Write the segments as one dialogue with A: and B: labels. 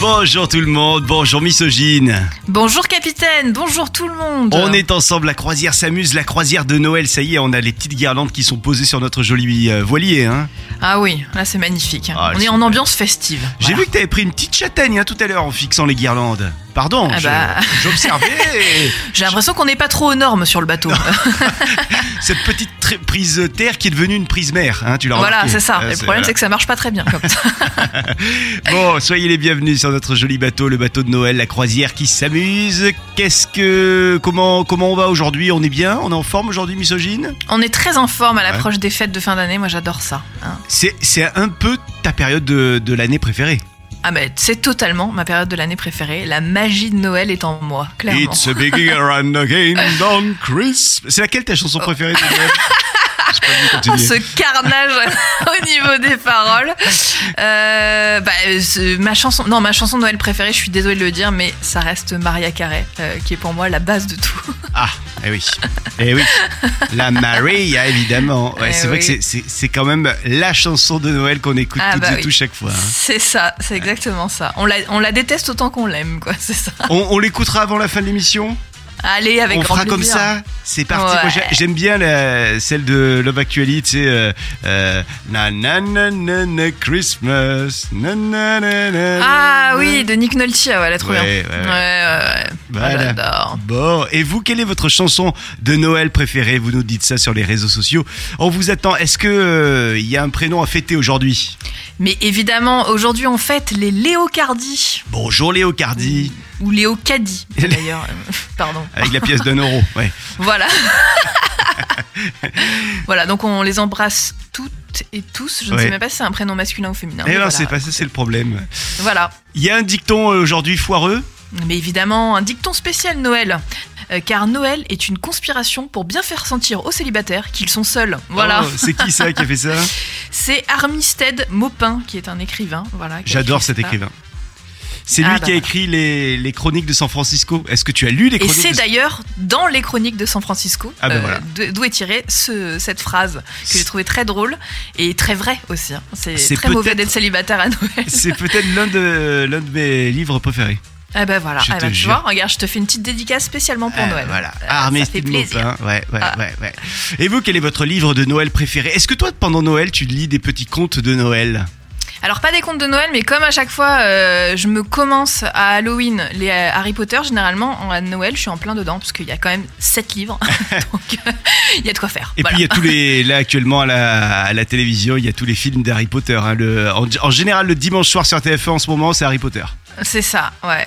A: Bonjour tout le monde, bonjour misogyne.
B: Bonjour capitaine, bonjour tout le monde.
A: On est ensemble, la croisière s'amuse, la croisière de Noël, ça y est, on a les petites guirlandes qui sont posées sur notre joli euh, voilier. hein.
B: Ah oui, là c'est magnifique.
A: Ah,
B: on est
A: super.
B: en ambiance festive.
A: J'ai vu que t'avais pris une petite châtaigne hein, tout à l'heure en fixant les guirlandes. Pardon,
B: Ah
A: je-
B: bah.
A: j'observais
B: J'ai l'impression qu'on n'est pas trop aux normes sur le bateau. Euh,
A: cette petite tr- prise terre qui est devenue une prise mer. hein, tu l'as
B: voilà,
A: remarqué.
B: c'est ça.
A: Ah,
B: le problème c'est que ça marche pas très bien comme ça.
A: Bon, soyez les bienvenus sur notre joli bateau, le bateau de Noël, la croisière qui s'amuse. Qu'est-ce que. Comment, comment on va aujourd'hui On est bien On est en forme aujourd'hui, misogyne
B: on est très en forme à l'approche des fêtes de fin d'année, moi j'adore ça. hein.
A: C'est c'est un peu ta période de, de l'année préférée.
B: Ah mais c'est totalement ma période de l'année préférée. La magie de Noël est en moi, clairement.
A: It's a bigger and again on Christmas. C'est laquelle ta chanson préférée de Noël J'ai pas voulu
B: Oh,
A: continuer.
B: ce carnage au niveau des paroles. Euh, bah, euh, ce- ma chanson, non, ma chanson de Noël préférée, je suis désolée de le dire, mais ça reste Maria Carey, euh, qui est pour moi la base de tout.
A: Ah, eh oui. Eh oui. La Maria, évidemment. Ouais,
B: Eh
A: c'est vrai
B: oui.
A: que c'est- c'est c'est quand même la chanson de Noël qu'on écoute
B: Ah,
A: toutes
B: bah
A: et
B: oui.
A: tous chaque fois. hein.
B: C'est ça, c'est exactement ça. On la, on la déteste autant qu'on l'aime, quoi, c'est ça.
A: On, on l'écoutera avant la fin de l'émission
B: Allez, avec
A: On
B: grand
A: fera comme
B: plaisir.
A: ça C'est parti.
B: Ouais.
A: Moi, j'ai- J'aime bien la- celle de Love Actually, tu sais. euh, euh, na, na, na, na, na, Christmas. Na, na, na, na,
B: Ah
A: na.
B: oui, de Nick Nolte, ouais, elle est trop
A: Ouais,
B: bien.
A: euh, ouais, ouais.
B: ouais, ouais.
A: Voilà.
B: J'adore.
A: Bon, et vous, quelle est votre chanson de Noël préférée Vous nous dites ça sur les réseaux sociaux. On vous attend. Est-ce que euh, il y a un prénom à fêter aujourd'hui
B: Mais évidemment, aujourd'hui, on fête les Léocardi.
A: Bonjour Léocardi,
B: Ou Léocadi, d'ailleurs. Pardon.
A: avec la pièce d'un euro. Ouais.
B: Voilà. voilà, donc on les embrasse toutes et tous. Je ne
A: Ouais.
B: sais même pas si c'est un prénom masculin ou féminin.
A: Eh
B: mais
A: ben,
B: voilà.
A: c'est pas ça, c'est le problème.
B: Voilà.
A: Il y a un dicton euh, aujourd'hui foireux.
B: Mais évidemment, un dicton spécial Noël. Euh, car Noël est une conspiration pour bien faire sentir aux célibataires qu'ils sont seuls. Voilà.
A: Oh, c'est qui ça qui a fait ça
B: C'est Armistead Maupin, qui est un écrivain. Voilà, qui a
A: J'adore
B: écrit
A: cet
B: ça.
A: écrivain. C'est lui
B: Ah, bah,
A: qui a
B: voilà.
A: écrit les, les chroniques de San Francisco. Est-ce que tu as lu les
B: Et
A: chroniques
B: c'est
A: de-
B: d'ailleurs dans les chroniques de San Francisco euh,
A: Ah ben voilà.
B: de- d'où est tirée ce- cette phrase que j'ai trouvée très drôle et très vraie aussi. hein. C'est
A: C'est
B: très mauvais
A: peut-être-
B: d'être célibataire à Noël.
A: C'est peut-être l'un de, l'un de mes livres préférés.
B: Ah bah voilà,
A: Je
B: Ah
A: te
B: bah, tu
A: jure.
B: vois, regarde, je te fais une petite dédicace spécialement pour
A: Ah,
B: Noël.
A: Voilà,
B: Euh,
A: armé
B: ça fait plaisir.
A: hein. Ouais, ouais,
B: Ah.
A: ouais, ouais. Et vous, quel est votre livre de Noël préféré Est-ce que toi, pendant Noël, tu lis des petits contes de Noël
B: Alors pas des contes de Noël, mais comme à chaque fois, euh, je me commence à Halloween les euh, Harry Potter, généralement en- à Noël, je suis en plein dedans, parce qu'il y a quand même 7 livres, donc euh, il y a de quoi faire.
A: Et
B: Voilà.
A: puis, il y a tous les. Là, actuellement, à la, à la télévision, il y a tous les films d'Harry Potter. hein. Le- en, en général, le dimanche soir sur TF1 en ce moment, c'est Harry Potter.
B: C'est ça, ouais.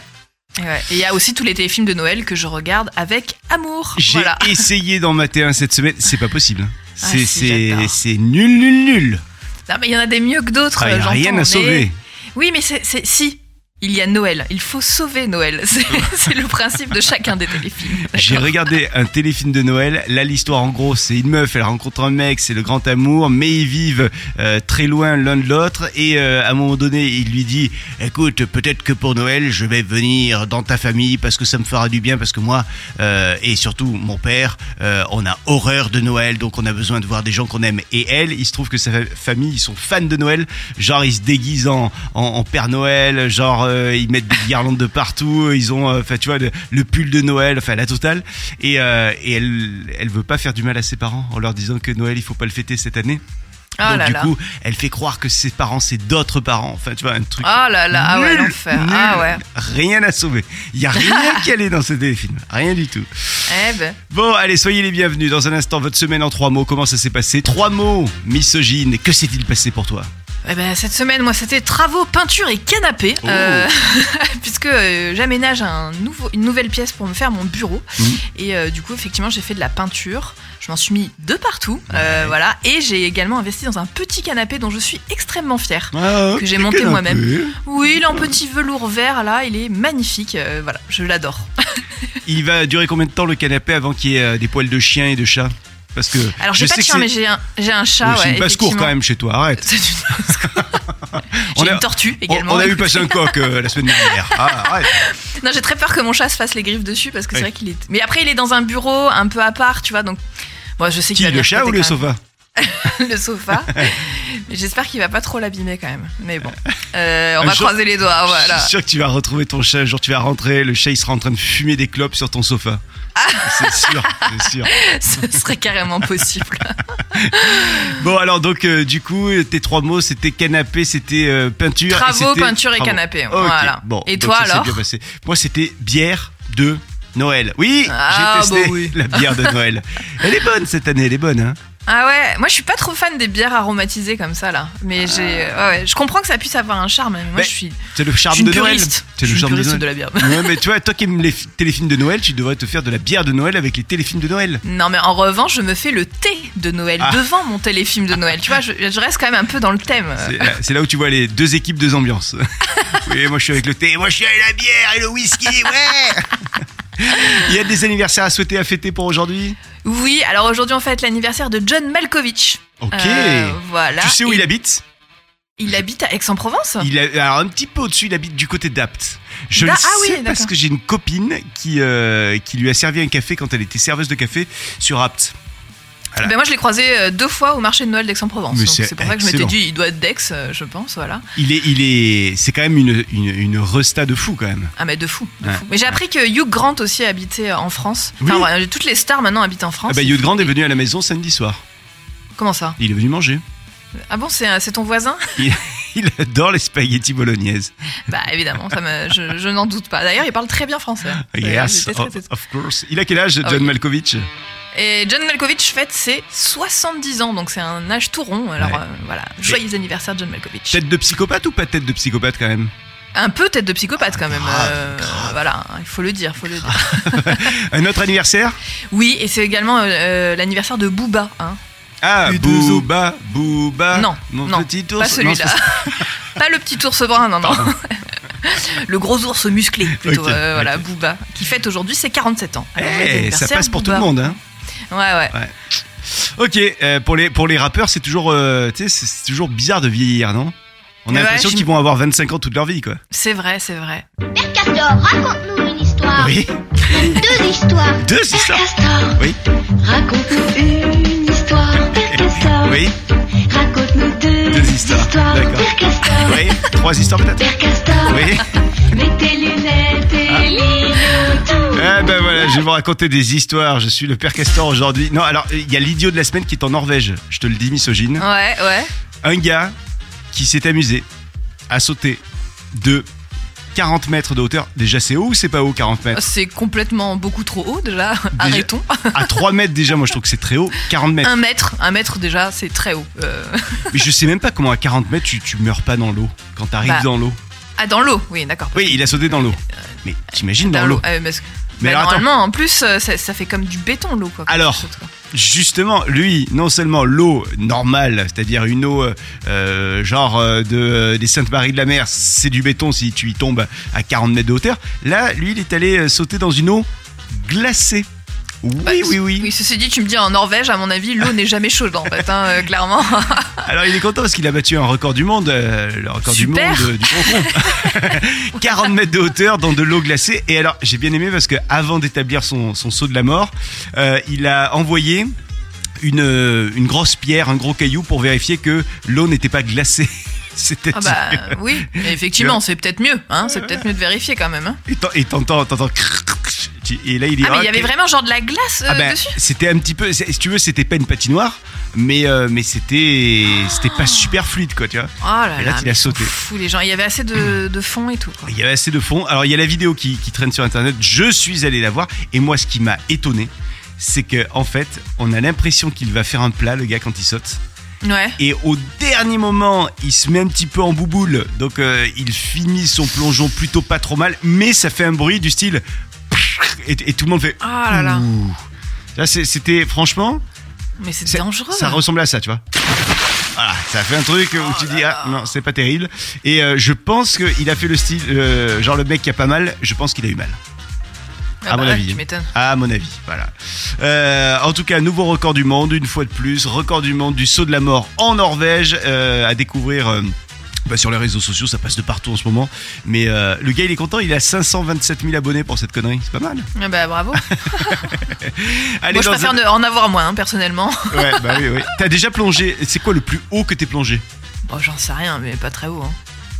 B: Et ouais. Et il y a aussi tous les téléfilms de Noël que je regarde avec amour.
A: J'ai
B: Voilà.
A: essayé d'en mater un cette semaine, c'est pas possible.
B: Ah,
A: C'est
B: si,
A: c'est-
B: j'adore.
A: c'est nul, nul, nul.
B: Non, mais il y en a des mieux que d'autres.
A: Ah, il y a
B: Euh, j'entends,
A: rien à
B: mais-
A: sauver.
B: Oui, mais c'est c'est- si. Il y a Noël, il faut sauver Noël. C'est c'est le principe de chacun des téléfilms.
A: J'ai regardé un téléfilm de Noël. Là, l'histoire, en gros, c'est une meuf, elle rencontre un mec, c'est le grand amour, mais ils vivent euh, très loin l'un de l'autre. Et euh, à un moment donné, il lui dit Écoute, peut-être que pour Noël, je vais venir dans ta famille parce que ça me fera du bien, parce que moi, euh, et surtout mon père, euh, on a horreur de Noël, donc on a besoin de voir des gens qu'on aime. Et elle, il se trouve que sa fa- famille, ils sont fans de Noël. Genre, ils se déguisent en, en- en Père Noël, genre, euh, ils mettent des guirlandes de partout, ils ont, euh, enfin, tu vois, le, le pull de Noël, enfin, la totale. Et, euh, et elle, elle veut pas faire du mal à ses parents en leur disant que Noël, il faut pas le fêter cette année.
B: Ah
A: donc,
B: là
A: du
B: là.
A: coup, elle fait croire que ses parents, c'est d'autres parents. Enfin, tu vois, un truc.
B: Ah là là, ah ouais,
A: nul,
B: l'enfer.
A: nul.
B: Ah ouais.
A: Rien à sauver. Il y a rien qui allait dans ce téléfilm. Rien du tout.
B: Eh ben.
A: Bon, allez, soyez les bienvenus. Dans un instant, votre semaine en trois mots. Comment ça s'est passé Trois mots, misogyne. Que s'est-il passé pour toi
B: Eh ben, cette semaine, moi, c'était travaux, peinture et canapé.
A: Oh.
B: euh, puisque euh, j'aménage un nouveau, une nouvelle pièce pour me faire mon bureau.
A: Mhm.
B: Et euh, du coup, effectivement, j'ai fait de la peinture. Je m'en suis mis de partout. euh,
A: Ouais.
B: voilà. Et j'ai également investi dans un petit canapé dont je suis extrêmement fière.
A: Ah,
B: Que j'ai
A: tu
B: monté
A: connais un
B: moi-même.
A: peu.
B: Oui, il est en petit velours vert, là, il est magnifique. euh, voilà, je l'adore.
A: Il va durer combien de temps le canapé avant qu'il y ait euh, des poils de chien et de chat Parce que
B: Alors, j'ai
A: je sais
B: pas
A: que
B: de chien,
A: c'est-
B: mais j'ai un, j'ai un chat.
A: Oui, c'est
B: ouais,
A: une basse cour quand
B: effectivement.
A: même chez toi, arrête.
B: C'est une basse cour.
A: On
B: J'ai
A: a-
B: une tortue
A: On,
B: également.
A: on a vu passer un coq euh, la semaine dernière. Ah, arrête.
B: Non, j'ai très peur que mon chat se fasse les griffes dessus parce que
A: Oui.
B: c'est vrai qu'il est. Mais après, il est dans un bureau un peu à part, tu vois. Donc, bon, je sais qu'il
A: Qui,
B: va bien
A: le chat ou
B: frotter
A: le
B: quand même
A: sofa
B: le sofa. Mais j'espère qu'il va pas trop l'abîmer quand même. Mais bon, Euh, on
A: Un
B: va
A: jour-
B: croiser les doigts. Voilà.
A: Je suis sûr que tu vas retrouver ton chat. Un jour, tu vas rentrer, le chat il sera en train de fumer des clopes sur ton sofa.
B: Ah.
A: C'est sûr, c'est sûr.
B: Ce serait carrément possible.
A: Bon, alors donc, euh, du coup, tes trois mots, c'était canapé, c'était euh, peinture. et
B: Travaux,
A: c'était-
B: peinture et
A: Travaux.
B: canapé.
A: Ok,
B: Voilà.
A: Bon,
B: et
A: donc
B: toi
A: ça s'est
B: alors
A: bien passé. Moi, c'était bière de Noël. Oui,
B: Ah,
A: j'ai testé
B: bah oui.
A: la bière de Noël. elle est bonne cette année, elle est bonne. Hein
B: Ah ouais, moi je suis pas trop fan des bières aromatisées comme ça là. Mais j'ai, ouais, ouais. je comprends que ça puisse avoir un charme. Mais moi
A: Ah. Mais
B: je suis,
A: c'est le
B: je
A: charme
B: suis une
A: de Noël.
B: puriste.
A: C'est
B: Je
A: le
B: suis une
A: charme de Noël.
B: puriste de la bière.
A: Ouais, mais tu vois, toi qui aimes les fi- téléfilms de Noël, tu devrais te faire de la bière de Noël avec les téléfilms de Noël.
B: Non mais en revanche, je me fais le thé de Noël
A: Ah.
B: devant mon téléfilm de Noël. Tu vois, je, je reste quand même un peu dans le thème.
A: C'est là- C'est là où tu vois les deux équipes, deux ambiances. Oui, moi je suis avec le thé, moi je suis avec la bière et le whisky, ouais Il y a des anniversaires à souhaiter, à fêter pour aujourd'hui
B: Oui, alors aujourd'hui on fête l'anniversaire de John Malkovich.
A: Ok
B: Euh, voilà.
A: Tu sais où
B: Et
A: il habite
B: il habite à Aix-en-Provence
A: il a, Alors un petit peu au-dessus, il habite du côté d'Apt. Je le
B: Ah
A: sais
B: oui,
A: parce
B: d'accord.
A: que j'ai une copine qui, euh, qui lui a servi un café quand elle était serveuse de café sur Apt. Voilà.
B: Ben moi, je l'ai croisé euh, deux fois au marché de Noël d'Aix-en-Provence.
A: Mais
B: Donc,
A: c'est
B: C'est pour ça que je m'étais
A: excellent.
B: dit, il doit être d'Aix, euh, je pense, voilà.
A: Il est, il est, c'est quand même une, une, une resta de fou quand même.
B: Ah, mais de fou. de
A: Ouais.
B: fou. Mais j'ai appris que Hugh Grant aussi habitait euh, en France. Enfin,
A: Oui.
B: voilà, toutes les stars maintenant habitent en
A: Ah
B: France.
A: bah, Youth Grand est venu à la maison samedi soir.
B: Comment ça
A: Il est venu manger.
B: Ah bon, c'est euh, c'est ton voisin
A: Il adore les spaghettis bolognaises.
B: Bah, évidemment, ça me- je, je n'en doute pas. D'ailleurs, il parle très bien français.
A: Yes, Oh.
B: J'étais très,
A: of,
B: très-
A: of course. Il a quel âge,
B: Ah
A: John
B: oui.
A: Malkovich
B: Et John Malkovich fête ses 70 ans, donc c'est un âge tout rond. Alors
A: Ouais.
B: euh, voilà, joyeux anniversaire John Malkovich.
A: Tête de psychopathe ou pas tête de psychopathe quand même
B: Un peu tête de psychopathe quand même.
A: grave,
B: euh,
A: grave.
B: Voilà, il faut le dire, faut le dire.
A: Un autre anniversaire
B: Oui, et c'est également euh, euh, l'anniversaire de Booba. Hein.
A: Ah,
C: Les deux os.
A: Booba, Booba.
B: Non,
A: mon
B: non,
A: petit ours.
B: Pas
A: Non,
B: celui-là.
A: c'est-
B: pas le petit ours brun, non, non. le gros ours musclé, plutôt.
A: Ok,
B: euh, voilà,
A: ok.
B: Booba, qui fête aujourd'hui ses 47 ans.
A: Eh,
B: Alors, les
A: ça
B: anniversaires,
A: passe pour tout
B: Ah, Booba.
A: le monde. Hein.
B: Ouais, ouais.
A: Ok, euh, pour, les, pour les rappeurs, c'est toujours, euh, tu sais, c'est- c'est toujours bizarre de vieillir, non On a
B: Ouais,
A: l'impression
B: j'im-
A: qu'ils vont avoir 25 ans toute leur vie, quoi.
B: C'est vrai, c'est vrai.
D: Père Castor, raconte-nous une
B: Ah.
D: histoire.
A: Oui,
D: Deux histoires.
A: deux, c'est ça.
D: Père Castor,
A: Oui. Eh
D: raconte-nous une histoire. Père Castor,
A: Oui,
D: raconte-nous deux,
A: Deux histoires, d'accord.
D: Père Castor,
A: oui, trois histoires peut-être.
D: Père Castor,
A: Oui.
D: mets tes lunettes et
A: Ah.
D: lis-nous tout.
A: Eh ben voilà, je vais vous raconter des histoires. Je suis le père Castor aujourd'hui. Non, alors il y a l'idiot de la semaine qui est en Norvège. Je te le dis, misogyne.
B: Ouais, ouais.
A: Un gars qui s'est amusé à sauter de 40 mètres de hauteur. Déjà, c'est haut ou c'est pas haut 40 mètres
B: C'est complètement beaucoup trop haut déjà. Arrêtons.
A: À 3 mètres déjà, moi je trouve que c'est très haut. 40 mètres.
B: Un mètre, un mètre déjà, c'est très haut. Euh,
A: Mais je sais même pas comment à 40 mètres tu, tu meurs pas dans l'eau quand t'arrives
B: Bah.
A: dans l'eau.
B: Ah, dans l'eau, oui, d'accord.
A: Oui, il a sauté dans l'eau. Mais t'imagines dans l'eau.
B: Euh, parce que-
A: Mais
B: bah,
A: alors attends.
B: normalement, en plus, euh, ça, ça fait comme du béton l'eau. Quoi, quand
A: Alors,
B: tu sautes, quoi.
A: Justement, lui, non seulement l'eau normale, c'est-à-dire une eau euh, euh, genre euh, de, euh, des Saintes-Maries de la Mer, c'est du béton si tu y tombes à 40 mètres de hauteur. Là, lui, il est allé euh, sauter dans une eau glacée. Oui,
B: Bah,
A: oui, oui,
B: Oui, ceci dit, tu me dis en Norvège, à mon avis, l'eau n'est jamais chaude en fait, hein, euh, clairement.
A: Alors, il est content parce qu'il a battu un record du monde, euh, le record
B: Super.
A: du monde euh, du concours. 40 mètres de hauteur dans de l'eau glacée. Et alors, j'ai bien aimé parce que avant d'établir son, son saut de la mort, euh, il a envoyé une, euh, une grosse pierre, un gros caillou pour vérifier que l'eau n'était pas glacée. C'était
B: Ah bah oui, mais effectivement, c'est peut-être mieux, hein, c'est peut-être mieux de vérifier quand même. hein.
A: et t'en- et t'entends, t'entends. crrr, crrr, tu- Et là, il est.
B: Ah mais il y avait vraiment genre de la glace euh,
A: Ah ben,
B: dessus
A: c'était un petit peu, c'est- si tu veux, c'était pas une patinoire, mais euh, mais c'était c'était pas super fluide quoi, tu vois.
B: Oh là
A: Et là,
B: là,
A: il
B: mais
A: a
B: ils sont
A: sauté.
B: fous, les gens, il y avait assez de, de fond et tout. quoi.
A: Il y avait assez de fond. Alors, il y a la vidéo qui, qui traîne sur Internet. Je suis allé la voir. Et moi, ce qui m'a étonné, c'est que en fait, on a l'impression qu'il va faire un plat, le gars, quand il saute.
B: Ouais.
A: Et au dernier moment, il se met un petit peu en bouboule. Donc, euh, il finit son plongeon plutôt pas trop mal. Mais ça fait un bruit du style. Et, et tout le monde fait.
B: Ah là là,
A: Ouh. Là, c'est- c'était franchement,
B: mais c'est
A: c'est-
E: Oh
B: dangereux. hein.
A: ça ressemblait à ça, tu vois. Voilà, ça fait un truc où tu
E: Oh
A: dis ah non, c'est pas terrible. Et euh, je pense qu'il a fait le style, euh, genre le mec qui a pas mal. Je pense qu'il a eu mal.
E: Ah
A: à mon
E: bah,
A: avis.
E: Tu m'étonnes.
A: À mon avis, voilà. Euh, en tout cas, nouveau record du monde, une fois de plus, record du monde du saut de la mort en Norvège euh, à découvrir. euh, bah, sur les réseaux sociaux, ça passe de partout en ce moment. Mais euh, le gars, il est content, il a 527 000 abonnés pour cette connerie. C'est pas mal.
E: Ah bah, bravo.
A: Allez,
E: Moi, je
A: dans
E: préfère
A: un-
E: ne- en avoir moins, hein, personnellement.
A: Ouais, bah oui, oui. T'as déjà plongé. C'est quoi le plus haut que t'es plongé
E: Bon, j'en sais rien, mais pas très haut. hein.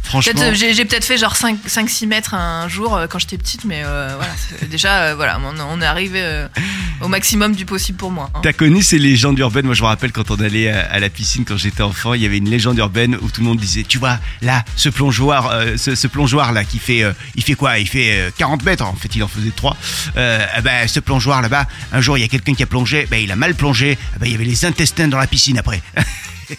A: Franchement.
E: Peut-être, euh, j'ai j'ai peut-être fait genre 5-6 mètres un jour euh, quand j'étais petite, mais euh, voilà. c'est- Déjà, euh, voilà, on, on est arrivé euh, au maximum du possible pour moi. hein.
A: T'as connu ces légendes urbaines Moi, je me rappelle quand on allait euh, à, à la piscine quand j'étais enfant, il y avait une légende urbaine où tout le monde disait Tu vois, là, ce plongeoir, euh, ce, ce plongeoir là qui fait, euh, il fait quoi Il fait euh, 40 mètres. En fait, il en faisait 3 ben, ce plongeoir là-bas, un jour, il y a quelqu'un qui a plongé. Ben, il a mal plongé. Ah ben, il y avait les intestins dans la piscine après.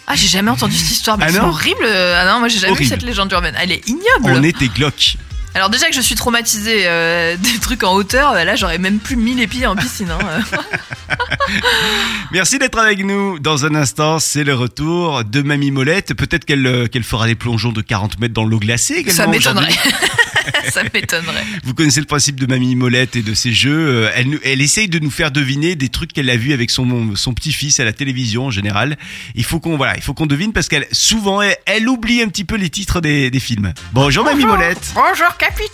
E: Ah, j'ai jamais entendu cette histoire, mais
A: Ah
E: c'est
A: non
E: horrible. Ah non, moi j'ai jamais
A: Horrible.
E: vu cette légende urbaine. Elle est ignoble.
A: on était glauques.
E: Alors déjà que je suis traumatisée euh, des trucs en hauteur, euh, là j'aurais même plus mis les pieds en piscine. hein, euh.
A: Merci d'être avec nous. Dans un instant, c'est le retour de Mamie Molette. Peut-être qu'elle euh, qu'elle fera des plongeons de 40 mètres dans l'eau glacée également.
E: Ça
A: aujourd'hui.
E: m'étonnerait. Ça m'étonnerait.
A: Vous connaissez le principe de Mamie Molette et de ses jeux. Euh, Elle, nous- elle essaye de nous faire deviner des trucs qu'elle a vus avec son, son petit-fils à la télévision en général. Il faut qu'on voilà, il faut qu'on devine parce qu'elle souvent elle, elle oublie un petit peu les titres des, des films. Bonjour Mamie Molette.
B: Bonjour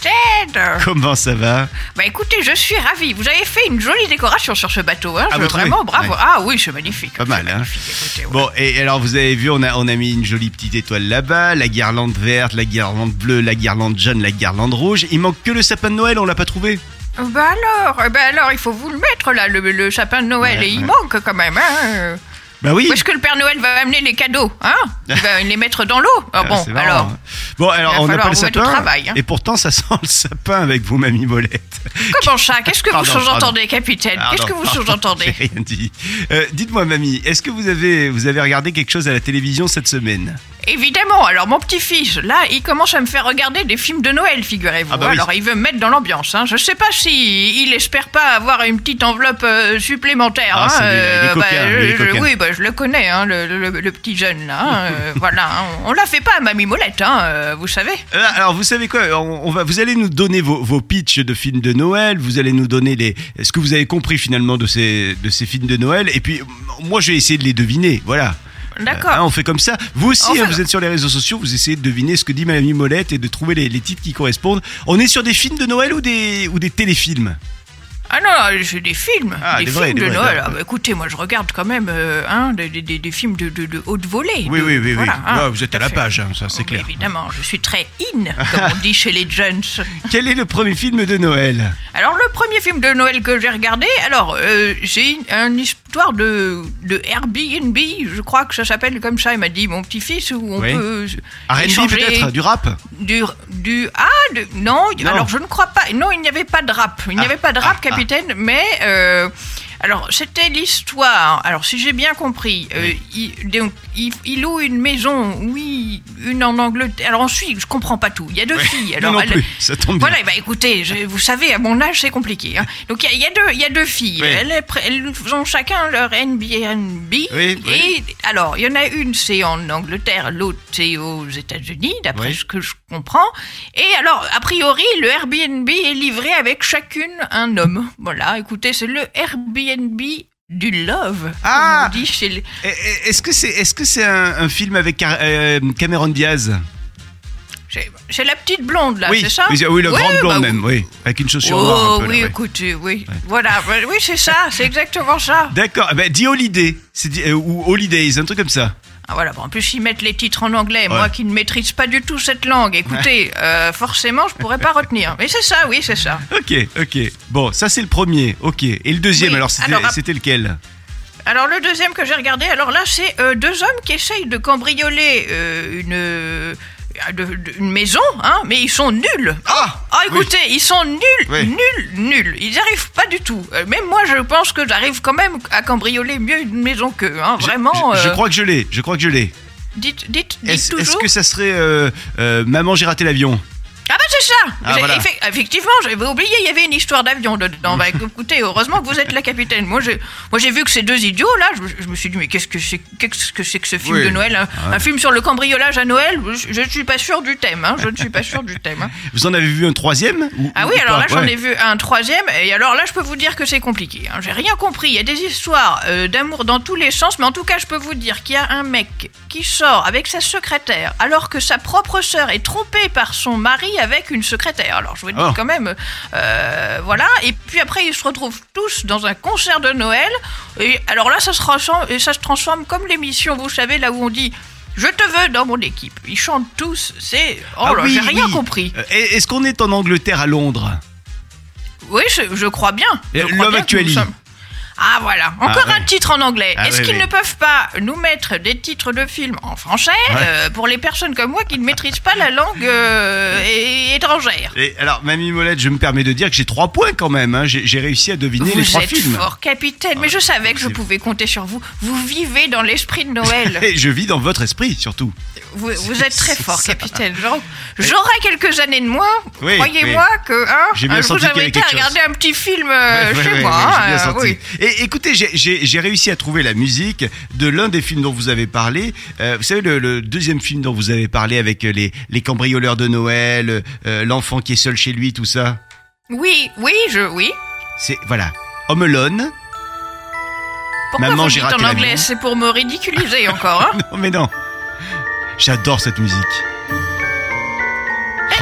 B: capitaine
A: Comment ça va
B: Bah écoutez, je suis ravie. Vous avez fait une jolie décoration sur ce bateau, hein
A: Ah,
B: je-
A: vous trouvez
B: Vraiment, bravo.
A: Ouais.
B: Ah oui, c'est magnifique.
A: Pas mal, hein
B: Écoutez, ouais.
A: Bon, et alors vous avez vu, on a, on a mis une jolie petite étoile là-bas, la guirlande verte, la guirlande bleue, la guirlande jaune, la guirlande rouge. Il manque que le sapin de Noël, on l'a pas trouvé.
B: Bah alors, eh ben alors, il faut vous le mettre là, le, le sapin de Noël,
A: Ouais,
B: et
A: ouais.
B: il manque quand même. Hein
A: Bah oui.
B: Où est-ce que le Père Noël va amener les cadeaux hein Il va les mettre dans l'eau. Ah,
A: Ah,
B: bon,
A: c'est marrant,
B: alors.
A: hein. Bon, alors
B: il va
A: on n'a
B: falloir
A: pas le
B: vous mettre au
A: sapin.
B: travail, hein.
A: Et pourtant, ça sent le sapin avec vous, Mamie Molette.
B: Comment ça Qu'est-ce que
A: Pardon,
B: vous sous-entendez, capitaine Qu'est-ce
A: Pardon,
B: que vous
A: pardon, J'ai
B: sous-entendez
A: rien dit. Euh, Dites-moi, mamie, est-ce que vous avez, vous avez regardé quelque chose à la télévision cette semaine
B: Évidemment, alors mon petit-fils, là, il commence à me faire regarder des films de Noël, figurez-vous.
A: Ah bah oui.
B: Alors il veut me mettre dans l'ambiance. Hein. Je sais pas si il espère pas avoir une petite enveloppe euh, supplémentaire.
A: Ah,
B: hein.
A: celui-là, il est coquin,
B: je-
A: il est
B: je-
A: coquin.
B: oui, bah, je le connais, hein, le, le- le- le petit jeune là. hein, euh, voilà, hein. on la fait pas à Mamie Molette, hein, euh, vous savez.
A: Euh, Alors, vous savez quoi on, on va, Vous allez nous donner vos, vos pitchs de films de Noël. Vous allez nous donner les, ce que vous avez compris finalement de ces, de ces films de Noël. Et puis, moi, je vais essayer de les deviner. Voilà. Euh, hein,
B: D'accord.
A: on fait comme ça. Vous aussi,
B: Enfin-
A: hein, vous êtes sur les réseaux sociaux, vous essayez de deviner ce que dit Mamie Molette et de trouver les, les titres qui correspondent. On est sur des films de Noël ou des, ou des téléfilms
B: Ah non, non, c'est des films,
A: Ah,
B: des
A: des
B: films
A: vrais,
B: de
A: des vrais,
B: Noël.
A: ouais.
B: Ah, bah, écoutez, moi je regarde quand même euh, hein, des, des- des- des films de, de- de haute volée.
A: Oui, oui,
B: de-
A: oui, oui.
B: voilà, hein,
A: Ouais, vous êtes
B: tout
A: à la
B: fait.
A: page, hein, ça c'est
B: Oh, mais
A: clair.
B: Évidemment, je suis très in, comme on dit chez les jeunes.
A: Quel est le premier film de Noël
B: Alors le premier film de Noël que j'ai regardé, alors euh, j'ai une, une histoire de, de Airbnb, je crois que ça s'appelle comme ça, il m'a dit mon petit-fils, où on
A: Oui.
B: peut
A: R&B
B: échanger
A: peut-être Du rap
B: du, du... Ah, de- non,
A: Non.
B: alors je ne crois pas, non il n'y avait pas de rap, il n'y
A: Ah,
B: avait pas de rap
A: ah,
B: capitaine, mais... euh, alors, c'était l'histoire. Alors, si j'ai bien compris, euh, il, donc, il, il loue une maison, oui, une en Angleterre. Alors, ensuite, je comprends pas tout. Il y a deux filles. Alors,
A: Non, non
B: elle-
A: plus, ça tombe bien.
B: voilà, bah écoutez, je- vous savez, à mon âge, c'est compliqué. hein. Donc il y a- il y, a deux- il y a deux filles.
A: Oui.
B: Elles, pr- elles ont chacun leur NBNB.
A: Oui, oui.
B: Et alors, il y en a une, c'est en Angleterre, l'autre, c'est aux États-Unis, d'après
A: Oui.
B: ce que je comprends. Et alors, a priori, le Airbnb est livré avec chacune un homme. Voilà, écoutez, c'est le Airbnb du love.
A: Ah
B: comme on dit chez les-
A: Eh, eh, Est-ce que c'est est-ce que c'est un, un film avec Car- euh, Cameron Diaz
B: chez- chez la petite blonde, là,
A: Oui,
B: Bah, c'est ça
A: oui, oui, le
B: Ouais,
A: grand blond
B: bah,
A: même, oui, avec une chaussure noire.
B: Oh
A: un peu, là,
B: oui,
A: ouais.
B: écoutez, oui. Voilà, bah, oui, c'est ça, c'est exactement ça.
A: D'accord, eh ben, dis Holiday, c'est dit- euh, ou Holidays, un truc comme ça.
B: Ah, voilà, bon, en plus ils mettent les titres en anglais,
A: Ouais.
B: moi qui ne maîtrise pas du tout cette langue. Écoutez, euh, forcément, je pourrais pas retenir. Mais c'est ça, oui, c'est ça.
A: Ok, ok. Bon, ça c'est le premier, ok. Et le deuxième,
B: Oui,
A: alors c'était
B: alors, à-
A: c'était lequel
B: Alors le deuxième que j'ai regardé, alors là, c'est euh, deux hommes qui essayent de cambrioler euh, une euh, de- de- une maison, hein, mais ils sont nuls.
A: Ah
B: Ah, écoutez, ils sont nuls,
A: Oui.
B: nuls, nuls. Ils n'y arrivent pas du tout. Euh, Même moi, je pense que j'arrive quand même à cambrioler mieux une maison qu'eux. Hein,
A: Je-
B: vraiment.
A: je, je
B: euh,
A: crois que je l'ai, je crois que je l'ai.
B: Dites, dites, dites
A: Est-ce est-ce
B: toujours.
A: que ça serait euh, euh, Maman j'ai raté l'avion
B: Ah bah c'est ça
A: Ah,
B: J'ai-
A: voilà.
B: effe- Effectivement, j'avais oublié, il y avait une histoire d'avion dedans. Bah, écoutez, heureusement que vous êtes la capitaine. Moi, j'ai moi, j'ai vu que ces deux idiots-là, je, me- je me suis dit, mais qu'est-ce que c'est qu'est-ce que, c'est que ce film
A: Oui.
B: de Noël hein un, film sur le cambriolage à Noël Je ne suis pas sûr du thème. hein, je ne suis pas sûr du thème. hein.
A: Vous en avez vu un troisième ou-
B: Ah
A: ou
B: oui, alors
A: pas
B: là, j'en
A: Ouais.
B: ai vu un troisième. Et alors là, je peux vous dire que c'est compliqué. hein. J'ai rien compris. Il y a des histoires euh, d'amour dans tous les sens. Mais en tout cas, je peux vous dire qu'il y a un mec qui sort avec sa secrétaire alors que sa propre sœur est trompée par son mari avec une secrétaire. Alors, je vous dis
A: Oh.
B: quand même, euh, voilà. Et puis après, ils se retrouvent tous dans un concert de Noël. Et alors là, ça se transforme, et ça se transforme comme l'émission, vous savez, là où on dit... Je te veux dans mon équipe. Ils chantent tous, c'est. Oh
A: Ah
B: là,
A: oui,
B: j'ai rien
A: oui.
B: compris.
A: Euh, est- Est-ce qu'on est en Angleterre à Londres
B: Oui, je, je crois bien. Je
A: Euh,
B: crois
A: Love
B: bien que
A: Actually.
B: nous sommes- Ah voilà, encore
A: ouais.
B: un titre en anglais.
A: Ah
B: Est-ce
A: ouais,
B: qu'ils
A: ouais.
B: ne peuvent pas nous mettre des titres de films en français
A: Ouais.
B: euh, pour les personnes comme moi qui ne maîtrisent pas la langue euh, é- étrangère
A: Et alors, Mamie Molette, je me permets de dire que j'ai trois points quand même. hein. J'ai j'ai réussi à deviner les
B: Vous
A: trois
B: êtes
A: films. Ah,
B: fort, capitaine, mais je savais que je
A: c'est-
B: pouvais compter sur vous. Vous vivez dans l'esprit de Noël.
A: Et je vis dans votre esprit surtout.
B: vous, vous êtes très
A: c'est
B: fort,
A: ça.
B: capitaine. Genre, J'aurai quelques années de moins.
A: Oui,
B: Croyez-moi que hein,
A: J'ai bien
B: un jour,
A: senti qu'il y
B: j'avais
A: avait
B: été
A: quelque
B: regarder un petit film euh,
A: Ouais, ouais,
B: chez
A: ouais,
B: moi.
A: ouais, j'ai
B: hein,
A: bien
B: euh,
A: senti.
B: oui.
A: Et écoutez, j'ai- j'ai j'ai réussi à trouver la musique de l'un des films dont vous avez parlé. Euh, vous savez, le, le deuxième film dont vous avez parlé avec euh, les, les cambrioleurs de Noël, euh, l'enfant qui est seul chez lui, tout ça.
B: oui, oui, je, oui.
A: C'est, voilà, Home Alone.
B: Pourquoi
A: Maman,
B: vous
A: j'ai
B: dites
A: raté
B: en anglais
A: l'avion.
B: C'est pour me ridiculiser encore. Hein
A: Non, mais non. J'adore cette musique.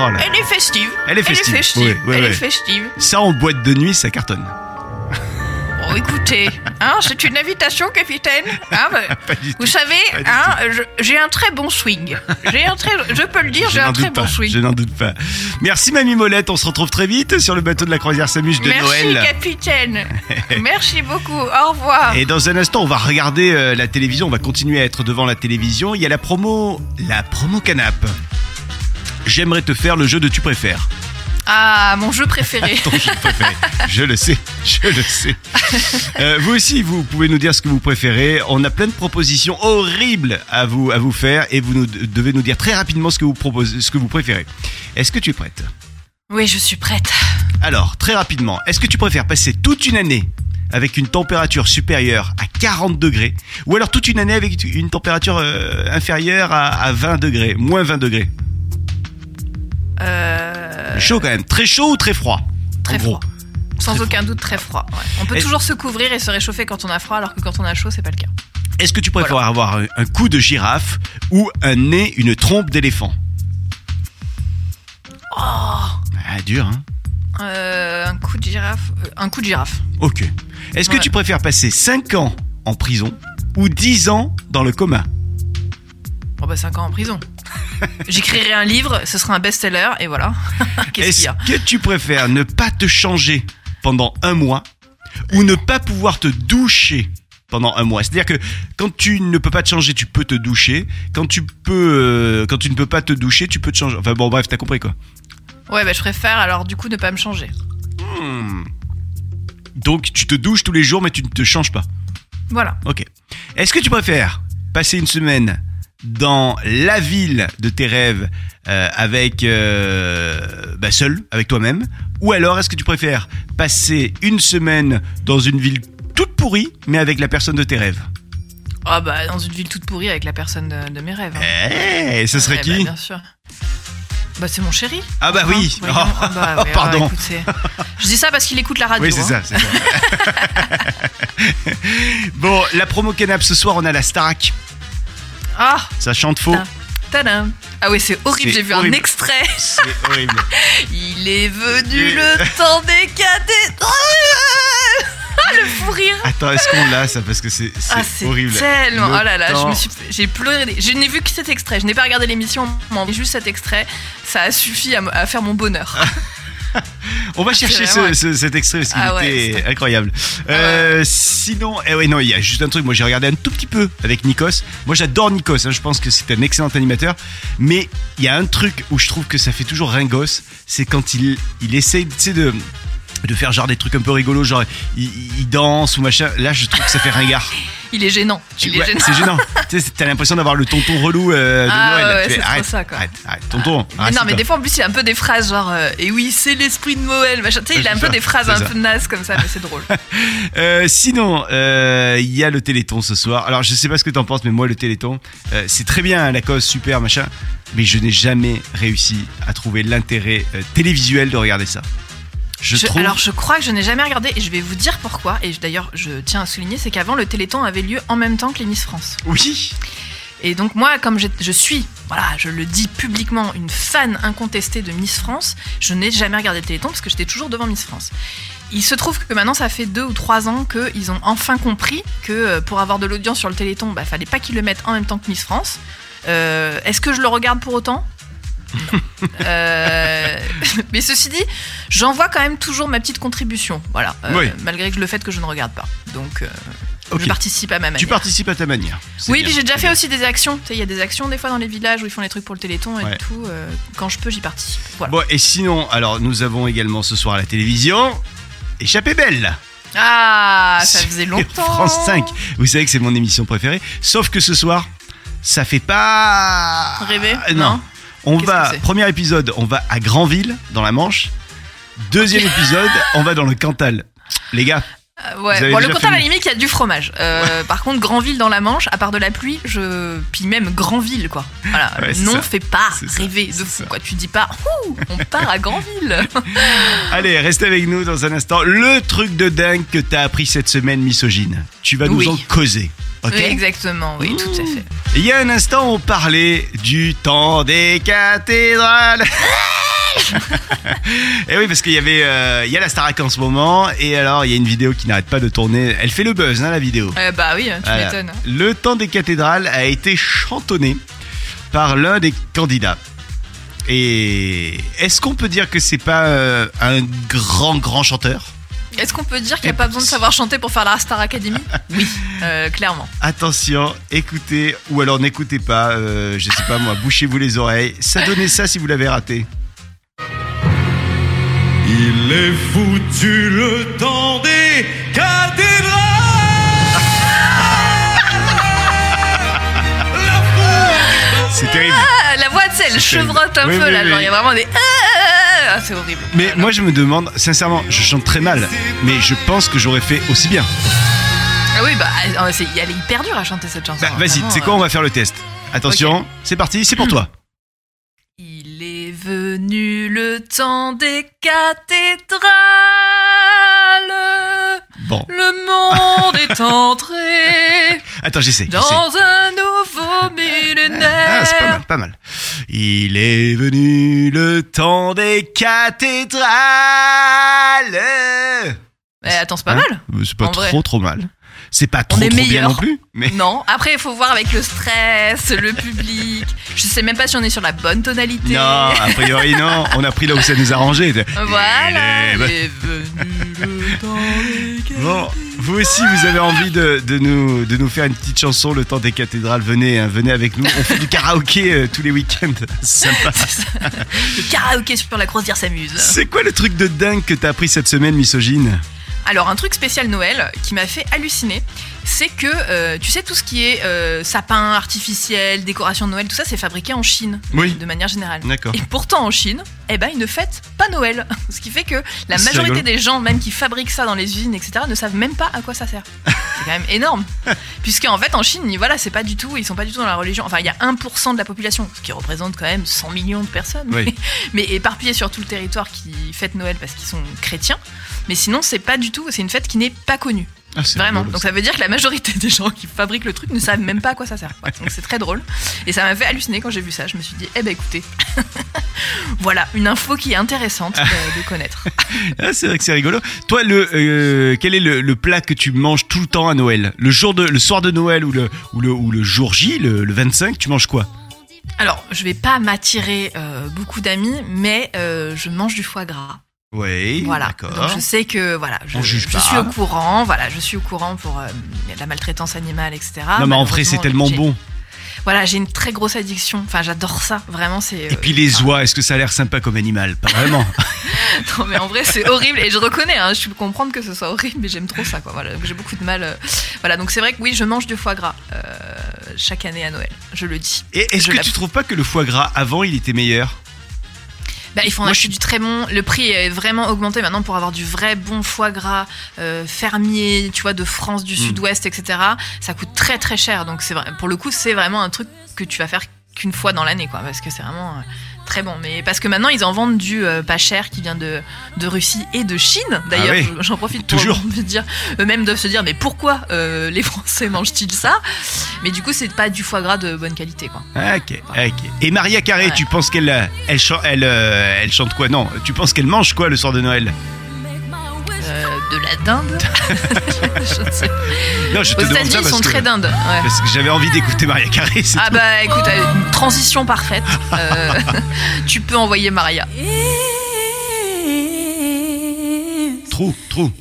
A: Oh là.
B: elle est festive.
A: Elle est festive.
B: Elle est festive.
A: Oui, oui,
B: Elle est
A: oui.
B: festive.
A: Ça, en boîte de nuit, ça cartonne.
B: Bon, écoutez, hein, c'est une invitation, capitaine. Hein, bah,
A: Pas du tout.
B: vous savez,
A: Pas du
B: hein, je- j'ai un très bon swing. J'ai un très, je peux le dire,
A: Je
B: j'ai un
A: n'en
B: très
A: doute
B: bon
A: pas.
B: swing.
A: Je n'en doute pas. Merci, Mamie Molette. On se retrouve très vite sur le bateau de la croisière Samus de
B: Merci,
A: Noël.
B: capitaine. Merci beaucoup. Au revoir.
A: Et dans un instant, on va regarder euh, la télévision, on va continuer à être devant la télévision. Il y a la promo, la promo canap. J'aimerais te faire le jeu de tu préfères.
B: Ah, mon jeu préféré.
A: Ton jeu préféré. Je le sais, je le sais. Euh, vous aussi, vous pouvez nous dire ce que vous préférez. On a plein de propositions horribles à vous, à vous faire et vous nous- devez nous dire très rapidement ce que vous, proposez, ce que vous préférez. Est-ce que tu es prête
F: Oui, je suis prête.
A: Alors, très rapidement, est-ce que tu préfères passer toute une année avec une température supérieure à 40 degrés ou alors toute une année avec une température euh, inférieure à, à 20 degrés, moins 20 degrés
B: Euh,
A: Chaud quand même, très chaud ou très froid
F: Très
A: En gros.
F: froid. Sans
A: Très
F: aucun doute très froid. ouais. On peut
A: Et-
F: toujours se couvrir et se réchauffer quand on a froid, alors que quand on a chaud, c'est pas le cas.
A: Est-ce que tu préfères avoir un, un cou de girafe ou un nez, une trompe d'éléphant
F: Oh.
A: Ah, dur, hein
F: Euh, un coup de girafe. euh, un coup de girafe.
A: Ok. Est-ce que
F: Ouais.
A: tu préfères passer 5 ans en prison ou 10 ans dans le coma
F: Bon, bah, 5 ans en prison. J'écrirai un livre, ce sera un best-seller, et voilà. Qu'est-ce qu'il
A: Est-ce
F: y a
A: que tu préfères ne pas te changer pendant un mois ou ne pas pouvoir te doucher pendant un mois C'est-à-dire que quand tu ne peux pas te changer, tu peux te doucher. Quand tu peux, euh, quand tu ne peux pas te doucher, tu peux te changer. Enfin bon, bref, t'as compris quoi.
F: Ouais, bah, je préfère alors du coup ne pas me changer.
A: Hmm. Donc tu te douches tous les jours, mais tu ne te changes pas.
F: Voilà.
A: Ok. Est-ce que tu préfères passer une semaine dans la ville de tes rêves euh, avec euh, bah, seul, avec toi-même, ou alors est-ce que tu préfères passer une semaine dans une ville toute pourrie, mais avec la personne de tes rêves
F: Ah, bah, dans une ville toute pourrie avec la personne de, de mes rêves. hein.
A: Eh, ce serait
F: Ouais, bah,
A: qui
F: Bien sûr. Bah, c'est mon chéri.
A: Ah bah oui.
F: Hein, voyons. Ah bah,
A: Oh,
F: ouais,
A: pardon.
F: ouais, écoute, c'est- je dis ça parce qu'il écoute la radio.
A: Oh, Oui, c'est
F: hein.
A: ça. c'est ça. bon, la promo canap ce soir, on a la Starac.
F: Ah,
A: Ça chante faux.
F: Ah. tadam. Ah oui, c'est horrible,
A: C'est
F: j'ai vu
A: horrible.
F: un extrait.
A: C'est horrible.
F: Il est
A: Et-
F: venu le temps des cadets. Ah, le fou rire.
A: Attends, est-ce qu'on l'a ça Parce que c'est c'est
F: Ah, c'est
A: horrible.
F: tellement.
A: Le
F: Oh là là, je
A: temps.
F: me suis- j'ai pleuré. Je n'ai vu que cet extrait. Je n'ai pas regardé l'émission, mais juste cet extrait, ça a suffi à, m- à faire mon bonheur.
A: Ah. On va chercher
F: vraiment
A: ce- ce- cet extrait parce qu'il
F: Ah ouais,
A: était incroyable.
B: Ah
A: Euh, Sinon, eh ouais, non, il y a juste un truc. Moi, j'ai regardé un tout petit peu avec Nikos. Moi, j'adore Nikos. hein, je pense que c'est un excellent animateur. Mais il y a un truc où je trouve que ça fait toujours ringos, c'est quand il il essaye, tu sais, de de faire genre des trucs un peu rigolos, genre il, il danse ou machin. Là, je trouve que ça fait ringard.
B: Il est gênant. Il
A: Ouais,
B: est gênant.
A: C'est gênant. tu sais, t'as l'impression d'avoir le tonton relou euh, de
B: Ah,
A: Noël.
B: ouais,
A: Tu
B: c'est
A: fais,
B: trop
A: arrête,
B: ça, quoi. Ah.
A: arrête, arrête. Tonton, Ah,
B: Mais
A: arrête,
B: non, mais
A: toi.
B: des fois, en plus, il a un peu des phrases genre Et oui, c'est l'esprit de Noël, machin. Tu sais, il a un
A: C'est
B: peu
A: ça,
B: des phrases
A: c'est
B: un
A: ça.
B: peu nasses comme ça, mais c'est drôle.
A: Euh, sinon, euh, il y a le Téléthon ce soir. Alors, je sais pas ce que t'en penses, mais moi, le Téléthon, euh, c'est très bien, hein, la cause, super, machin. Mais je n'ai jamais réussi à trouver l'intérêt euh, télévisuel de regarder ça. Je,
B: Je-
A: trouve.
B: Alors, je crois que je n'ai jamais regardé et je vais vous dire pourquoi. Et je- d'ailleurs, je tiens à souligner c'est qu'avant, le Téléthon avait lieu en même temps que les Miss France.
A: Oui.
B: Et donc, moi, comme j'ai- je suis, voilà, je le dis publiquement, une fan incontestée de Miss France, je n'ai jamais regardé le Téléthon parce que j'étais toujours devant Miss France. Il se trouve que maintenant, ça fait deux ou trois ans qu'ils ont enfin compris que euh, pour avoir de l'audience sur le Téléthon, bah, fallait pas qu'ils le mettent en même temps que Miss France. Euh, Est-ce que je le regarde pour autant Non. Euh, mais ceci dit, j'envoie quand même toujours ma petite contribution, voilà, euh,
A: Oui.
B: malgré que le fait que je ne regarde pas. Donc, euh,
A: Ok.
B: je participe à ma manière.
A: Tu participes à ta manière. C'est
B: Oui,
A: bien,
B: puis j'ai déjà
A: c'est
B: fait
A: bien.
B: aussi des actions. Tu sais, Il y a des actions des fois dans les villages où ils font les trucs pour le téléthon et
A: Ouais.
B: tout. euh, quand je peux, j'y participe. Voilà.
A: Bon, et sinon, alors, nous avons également ce soir à la télévision. Échappée belle
B: Ah, ça
A: Sur
B: faisait longtemps.
A: France 5. Vous savez que c'est mon émission préférée. Sauf que ce soir, ça fait pas. Ah,
B: Rêver
A: Non.
B: Non.
A: On
B: Qu'est-ce
A: va,
B: que c'est
A: premier épisode, on va à Granville, dans la Manche. Deuxième épisode, on va dans le Cantal. Les gars,
B: Euh,
A: Vous
B: ouais.
A: avez
B: Bon, le
A: déjà
B: compteur à
A: fait
B: la
A: mieux.
B: limite, il y a du fromage. Euh, Par contre, Grandville dans la Manche, à part de la pluie, je. Puis même Grandville, quoi. Voilà.
A: Ouais, c'est
B: non,
A: ça.
B: fais pas
A: C'est ça.
B: rêver de
A: C'est
B: fou,
A: ça.
B: quoi. Tu dis pas, Ouh, on part à Grandville.
A: allez, restez avec nous dans un instant. Le truc de dingue que t'as appris cette semaine, misogyne. Tu vas nous
B: Oui.
A: en causer. Ok
B: Oui, Exactement, oui, tout à fait.
A: Il y a un instant, on parlait du temps des cathédrales. et oui, parce qu'il y avait, euh, il y a la Starac en ce moment, et alors il y a une vidéo qui n'arrête pas de tourner. Elle fait le buzz, hein, la vidéo.
B: Euh, bah oui, tu
A: Voilà.
B: m'étonnes.
A: Le temps des cathédrales a été chantonné par l'un des candidats. Et est-ce qu'on peut dire que c'est pas euh, un grand grand chanteur
B: Est-ce qu'on peut dire qu'il n'y a pas besoin de savoir chanter pour faire la Star Academy Oui, euh, clairement.
A: Attention, écoutez ou alors n'écoutez pas, euh, je sais pas moi, bouchez-vous les oreilles. Ça donnait ça si vous l'avez raté.
G: Il est foutu le temps des cathédrales.
A: C'est terrible.
B: Ah, La voix, tu sais, elle chevrotte un
A: Oui,
B: peu
A: oui,
B: là.
A: oui.
B: genre, Il y a vraiment des. Ah, c'est horrible.
A: Mais moi je me demande, sincèrement, je chante très mal, mais je pense que j'aurais fait aussi bien.
B: Ah oui, bah, euh, c'est- elle est hyper dure à chanter cette chanson.
A: Bah, Vas-y,
B: vraiment,
A: c'est
B: euh.
A: quoi On va faire le test. Attention, c'est parti, c'est pour toi.
B: Il est venu le temps des cathédrales.
A: Bon,
B: Le monde est entré
A: attends, j'essaie. j'essaie.
B: dans un nouveau millénaire.
A: Ah, c'est pas mal, pas mal. Il est venu le temps des cathédrales.
B: Eh, attends, c'est pas
A: Hein
B: mal.
A: Mais C'est pas
B: En
A: trop,
B: vrai.
A: trop mal. C'est pas trop,
B: est
A: trop bien
B: meilleur.
A: non plus. Mais
B: Non, après il faut voir avec le stress, le public. Je sais même pas si on est sur la bonne tonalité.
A: non, a priori non. On a pris là où ça nous a rangé.
B: Voilà.
A: Il est-
B: est venu le temps des cathédrales.
A: Bon, vous aussi, vous avez envie de, de nous, de nous faire une petite chanson, le temps des cathédrales. Venez, hein, venez avec nous. On fait du karaoké euh, tous les week-ends. C'est sympa.
B: Le karaoké sur la croisière s'amuse.
A: C'est quoi le truc de dingue que t'as appris cette semaine, misogyne
B: Alors un truc spécial Noël qui m'a fait halluciner, c'est que euh, tu sais tout ce qui est euh, sapin artificiel, décoration de Noël, tout ça c'est fabriqué en Chine
A: Oui.
B: de manière générale.
A: D'accord.
B: Et pourtant en Chine, eh ben ils ne fêtent pas Noël, ce qui fait que la
A: C'est
B: majorité
A: rigolo.
B: des gens, même qui fabriquent ça dans les usines, etc., ne savent même pas à quoi ça sert. C'est quand même énorme, puisqu'en fait en Chine, voilà, c'est pas du tout, ils sont pas du tout dans la religion. Enfin, il y a 1% de la population, ce qui représente quand même 100 millions de personnes,
A: Oui.
B: mais éparpillés sur tout le territoire qui fêtent Noël parce qu'ils sont chrétiens. Mais sinon, c'est pas du tout, c'est une fête qui n'est pas connue.
A: Ah, c'est
B: Vraiment.
A: rigolo,
B: Donc ça veut dire que la majorité des gens qui fabriquent le truc ne savent même pas à quoi ça sert. Ouais, donc c'est très drôle. Et ça m'a fait halluciner quand j'ai vu ça. Je me suis dit, eh ben écoutez, voilà une info qui est intéressante euh, de connaître.
A: Ah, c'est vrai que c'est rigolo. Toi, le, euh, quel est le, le plat que tu manges tout le temps à Noël Le jour de, le soir de Noël ou le, ou le, ou le jour J, le, le 25, tu manges quoi
B: Alors, je vais pas m'attirer euh, beaucoup d'amis, mais euh, je mange du foie gras.
A: Oui,
B: Voilà. Donc
A: d'accord.
B: je sais que voilà, je,
A: On juge
B: je
A: pas.
B: suis au courant. Voilà, je suis au courant pour euh, la maltraitance animale, etc.
A: Non, mais en vrai, c'est
B: Malheureusement,
A: tellement
B: j'ai-
A: bon.
B: Voilà, j'ai une très grosse addiction. Enfin, j'adore ça, vraiment. C'est.
A: Et
B: euh,
A: puis les oies, est-ce que ça a l'air sympa comme animal Pas vraiment.
B: Non, mais en vrai, c'est horrible et je reconnais, hein, je peux comprendre que ce soit horrible, mais j'aime trop ça, quoi. Voilà, donc j'ai beaucoup de mal. euh, Voilà, donc c'est vrai que oui, je mange du foie gras euh, chaque année à Noël, je le dis.
A: Et est-ce
B: Je
A: que
B: la-
A: tu trouves pas que le foie gras avant il était meilleur
B: Bah, il faut en
A: Moi,
B: acheter
A: je-
B: du très bon. Le prix est vraiment augmenté maintenant pour avoir du vrai bon foie gras euh, fermier, tu vois, de France,
A: Mm.
B: du Sud-Ouest, etc. Ça coûte très très cher, donc c'est vrai. Pour le coup, c'est vraiment un truc que tu vas faire qu'une fois dans l'année, quoi, parce que c'est vraiment euh, très bon. Mais parce que maintenant, ils en vendent du euh, pas cher qui vient de, de Russie et de Chine. D'ailleurs,
A: Ah oui.
B: j'en profite pour
A: Toujours.
B: me dire, eux-mêmes doivent se dire, mais pourquoi euh, les Français mangent-ils ça Mais du coup, c'est pas du foie gras de bonne qualité, quoi.
A: Ok, ok. Et Maria Carré,
B: Ouais.
A: tu penses qu'elle euh, elle, chan- elle, euh, elle chante quoi Non, tu penses qu'elle mange quoi le soir de Noël
B: Euh, de la dinde. je ne sais pas.
A: Non, je te
B: Aux
A: demande
B: États-Unis,
A: ça
B: ils
A: parce
B: sont
A: que,
B: très dindes. ouais.
A: parce que j'avais envie d'écouter Maria Carré. c'est
B: Ah
A: tout.
B: bah écoute, euh, une transition parfaite. Euh, tu peux envoyer Maria. bah.
A: Trou, trou.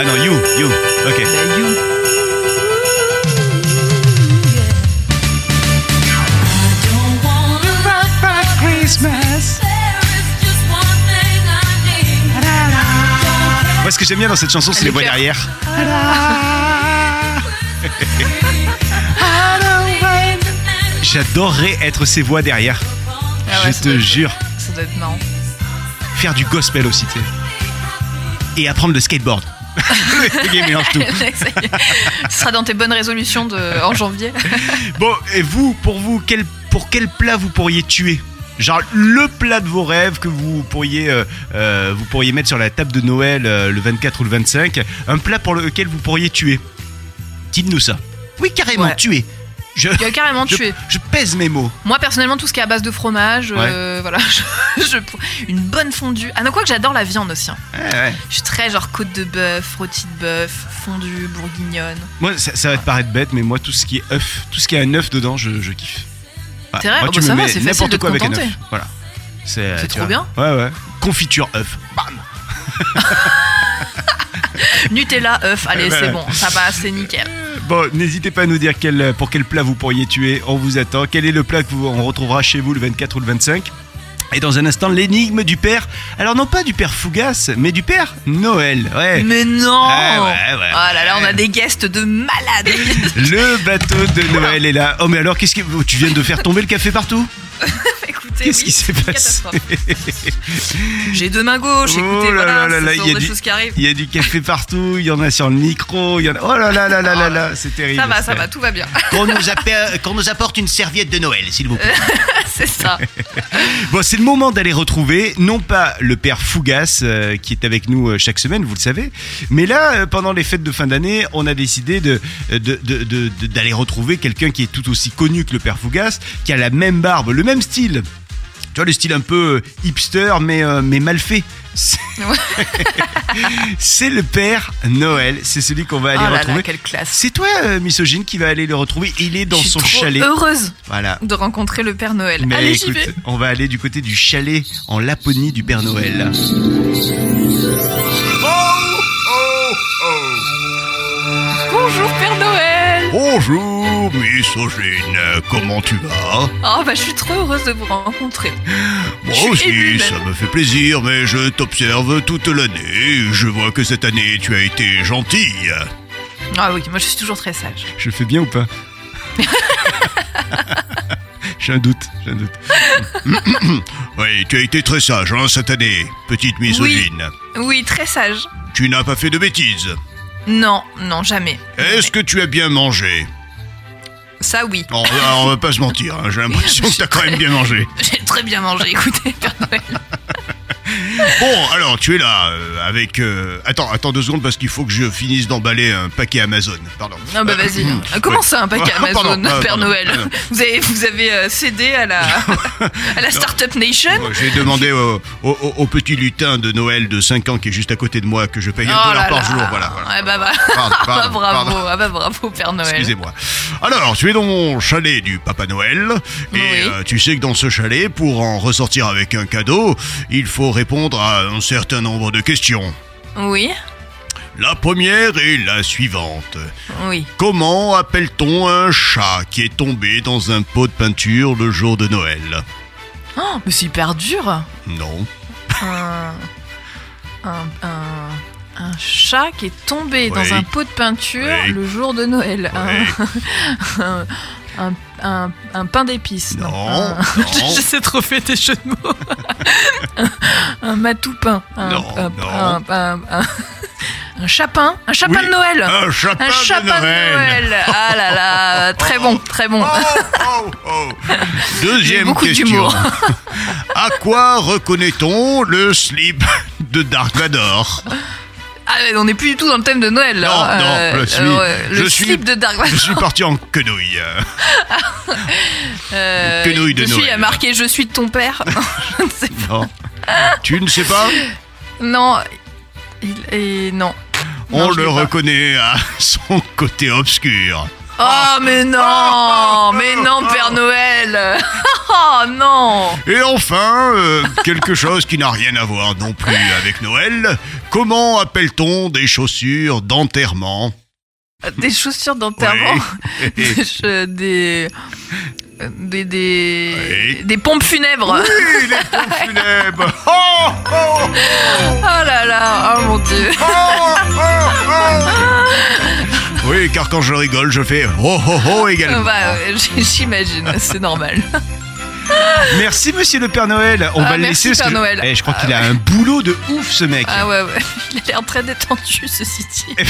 A: Ah non, you, you. Ok.
B: Bah, you.
A: Moi, ce que j'aime bien dans cette chanson, c'est les
B: Le
A: voix
B: cœur.
A: derrière. J'adorerais être ces voix derrière.
B: Ah ouais,
A: je
B: ça
A: te
B: doit-
A: jure.
B: Ça doit être marrant.
A: Faire du gospel aussi, tu sais. Et apprendre le skateboard. Le gars
B: Ah,
A: mélange tout.
B: Ça y est. Ce sera dans tes bonnes résolutions de, en janvier.
A: Bon, et vous, pour vous, quel, pour quel plat vous pourriez tuer Genre le plat de vos rêves que vous pourriez, euh, euh, vous pourriez mettre sur la table de Noël euh, le 24 ou le 25. Un plat pour lequel vous pourriez tuer. Dites-nous ça. Oui, carrément,
B: Ouais.
A: tuer. Je,
B: Tu as euh, carrément
A: je,
B: tué.
A: je pèse mes mots.
B: Moi personnellement, tout ce qui est à base de fromage, euh, voilà, je- je- une bonne fondue. Ah non, quoi que j'adore la viande aussi. hein.
A: Ouais, ouais.
B: Je suis très genre côte de bœuf, rôti de bœuf, fondue, bourguignonne.
A: Moi, ça, ça va te paraître bête, mais moi, tout ce qui est œuf, tout ce qui a un œuf dedans, je, je kiffe. Ouais,
B: C'est vrai
A: moi,
B: Oh,
A: tu
B: bah,
A: me
B: ça va,
A: mets
B: c'est facile
A: n'importe
B: de te
A: quoi avec un œuf.
B: contenter.
A: Voilà. C'est
B: C'est
A: tu
B: trop
A: vois. Ouais, ouais. Confiture œuf. Bam.
B: Nutella, œuf, allez,
A: Voilà.
B: c'est bon, ça passe, c'est nickel.
A: Bon, n'hésitez pas à nous dire quel, euh, pour quel plat vous pourriez tuer. On vous attend. Quel est le plat que vous- on retrouvera chez vous le 24 ou le 25 Et dans un instant, l'énigme du père. Alors, non pas du père Fougas, mais du père Noël. Ouais.
B: Mais non
A: Ouais, ouais, ouais.
B: Oh là là, on a des guests de malades
A: Le bateau de Noël est là. Oh, mais alors, qu'est-ce que. Tu viens de faire tomber le café partout
B: Écoutez,
A: Qu'est-ce
B: oui,
A: qui s'est
B: c'est une
A: passé
B: catastrophe. J'ai deux mains gauches, écoutez,
A: Oh là
B: voilà,
A: là là là,
B: c'est
A: il
B: ce
A: y a
B: genre de
A: du-
B: choses qui arrivent.
A: Il y a du café partout, il y en a sur le micro, il y en a. Oh là là là là là là, c'est terrible.
B: Ça va, ça va, tout va bien.
A: Qu'on nous, appelle- qu'on nous apporte une serviette de Noël, s'il vous plaît.
B: c'est ça.
A: Bon, c'est le moment d'aller retrouver, non pas le père Fougas, euh, qui est avec nous euh, chaque semaine, vous le savez, mais là, euh, pendant les fêtes de fin d'année, on a décidé de, euh, de- de- de- de- d'aller retrouver quelqu'un qui est tout aussi connu que le père Fougas, qui a la même barbe, le même style. Tu vois, le style un peu euh, hipster, mais, euh, mais mal fait. C'est... C'est le père Noël, c'est celui qu'on va
B: Oh
A: aller
B: là
A: retrouver.
B: là, quelle classe.
A: C'est toi, euh, misogyne, qui va aller le retrouver. Il est dans
B: Je suis
A: son
B: trop
A: chalet.
B: heureuse
A: Voilà.
B: de rencontrer le Père Noël.
A: Mais
B: allez, j'y
A: écoute,
B: vais.
A: on va aller du côté du chalet en Laponie du Père Noël.
B: Bonjour Père Noël
A: Bonjour, misogyne, comment tu vas
B: Oh bah je suis trop heureuse de vous rencontrer.
A: Moi
B: Je suis émue, même.
A: me fait plaisir, mais je t'observe toute l'année. Je vois que cette année, tu as été gentille.
B: Ah oui, moi je suis toujours très sage.
A: Je fais bien ou pas J'ai un doute, j'ai un doute. oui, tu as été très sage hein, cette année, petite misogyne.
B: Oui, très sage.
A: Tu n'as pas fait de bêtises.
B: Non, non, jamais.
A: Est-ce que tu as bien mangé
B: Ça oui.
A: On va, on va pas se mentir, hein, j'ai l'impression que t'as quand même bien mangé.
B: J'ai très bien mangé, écoutez, Père Noël.
A: Bon, alors tu es là euh, avec. euh, attends, attends deux secondes parce qu'il faut que je finisse d'emballer un paquet Amazon. Pardon.
B: Non bah vas-y. Ah, Comment
A: ouais.
B: ça un paquet
A: Ah,
B: Amazon,
A: pardon, ah,
B: Père
A: pardon.
B: Noël
A: Ah, non.
B: Vous avez, vous avez euh, cédé à la, à la Startup Nation
A: Bon, Euh, J'ai demandé au, au- au- au petit lutin de Noël de 5 ans qui est juste à côté de moi que je paye
B: Oh
A: un dollar par jour. Voilà. voilà.
B: Ah bah, bah.
A: Pardon,
B: Ah, bah,
A: pardon,
B: bravo,
A: pardon.
B: ah bah bravo Père Noël.
A: Excusez-moi. Alors, tu es dans mon chalet du Papa Noël. Et
B: Oui.
A: euh, tu sais que dans ce chalet, pour en ressortir avec un cadeau, il faut répondre à un certain nombre de questions.
B: Oui.
A: La première est la suivante.
C: Oui.
A: Comment appelle-t-on un chat qui est tombé dans un pot de peinture le jour de Noël
B: Oh, mais c'est hyper dur.
A: Non.
B: Un, un, un, un chat qui est
A: Oui.
B: tombé dans un pot de peinture
A: Oui.
B: le jour de Noël.
A: Eh,
B: Un, un- un- un pain d'épices.
A: Non,
B: Un-
A: non.
B: Ah. Je sais trop faire des jeux de mots. un, un matoupin. Un,
A: Non,
B: un,
A: non.
B: un- un- un- un chapin. Un chapin
A: Oui,
B: de Noël.
A: Un chapin,
B: Un chapin
A: de Noël.
B: de Noël. Ah là là, très bon, très bon.
A: Oh, oh, oh. Deuxième
B: J'ai beaucoup
A: question.
B: d'humour.
A: à quoi reconnaît-on le slip de Dark Vador
B: Ah, mais on n'est plus du tout dans le thème de Noël. hein. là.
A: Non, non, je suis-
B: ouais,
A: je
B: euh, le
A: suis-
B: slip de Dark
A: Je suis parti en quenouille.
B: Euh,
A: Quenouille de
B: dessus, il y a
A: Noël.
B: marqué Je suis de ton père. Je ne sais pas.
A: Non. Tu ne sais pas
B: Non. Il- et non.
A: On
B: Non, je
A: le
B: l'ai pas.
A: reconnaît à son côté obscur.
B: Oh, mais
A: Ah, ah,
B: non Mais non,
A: ah.
B: Père Noël Oh non
A: Et enfin, euh, quelque chose qui n'a rien à voir non plus avec Noël. Comment appelle-t-on des chaussures d'enterrement
B: Des chaussures d'enterrement. Des che- Des. Des. Des,
A: Oui.
B: des pompes funèbres.
A: Oui, les pompes funèbres. Oh, oh,
B: Oh là là Oh mon dieu
A: oh, oh, oh. Oui, car quand je rigole, je fais oh oh oh également.
B: Bah, ouais, J'imagine, c'est normal.
A: Merci Monsieur le Père Noël. On
B: Ah,
A: va le
B: merci,
A: laisser. parce
B: Père
A: que je-
B: Noël.
A: Eh, je crois qu'il a un boulot de ouf ce mec.
B: Ah ouais, ouais. Il a l'air très détendu, ceci dit.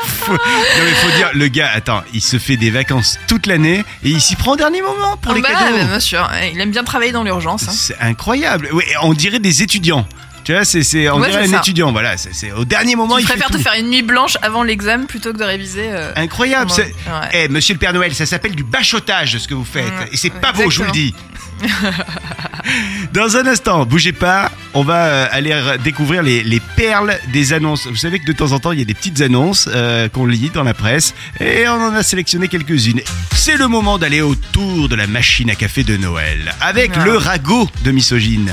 A: Faut- non mais faut dire, le gars, attends, il se fait des vacances toute l'année et il s'y prend au dernier moment pour les
B: Bah,
A: cadeaux.
B: bah, bien sûr, il aime bien travailler dans l'urgence. hein.
A: C'est incroyable. Ouais, on dirait des étudiants. Tu vois, c'est, c'est- on
B: Ouais,
A: dirait
B: c'est
A: un
B: ça.
A: étudiant. Voilà, c'est, c'est- au dernier moment.
B: Tu
A: il fait
B: préfères te
A: tout.
B: faire une nuit blanche avant l'examen plutôt que de réviser. euh,
A: Incroyable.
B: Ouais,
A: c'est-
B: ouais.
A: Eh, monsieur le Père Noël, ça s'appelle du bachotage ce que vous faites.
B: Mm,
A: et c'est pas beau, je vous le
B: exactement.
A: dis. Dans un instant, bougez pas, on va euh, aller re- découvrir les, les perles des annonces. Vous savez que de temps en temps, il y a des petites annonces euh, qu'on lit dans la presse et on en a sélectionné quelques-unes. C'est le moment d'aller autour de la machine à café de Noël avec
B: Ah.
A: le ragot de misogyne.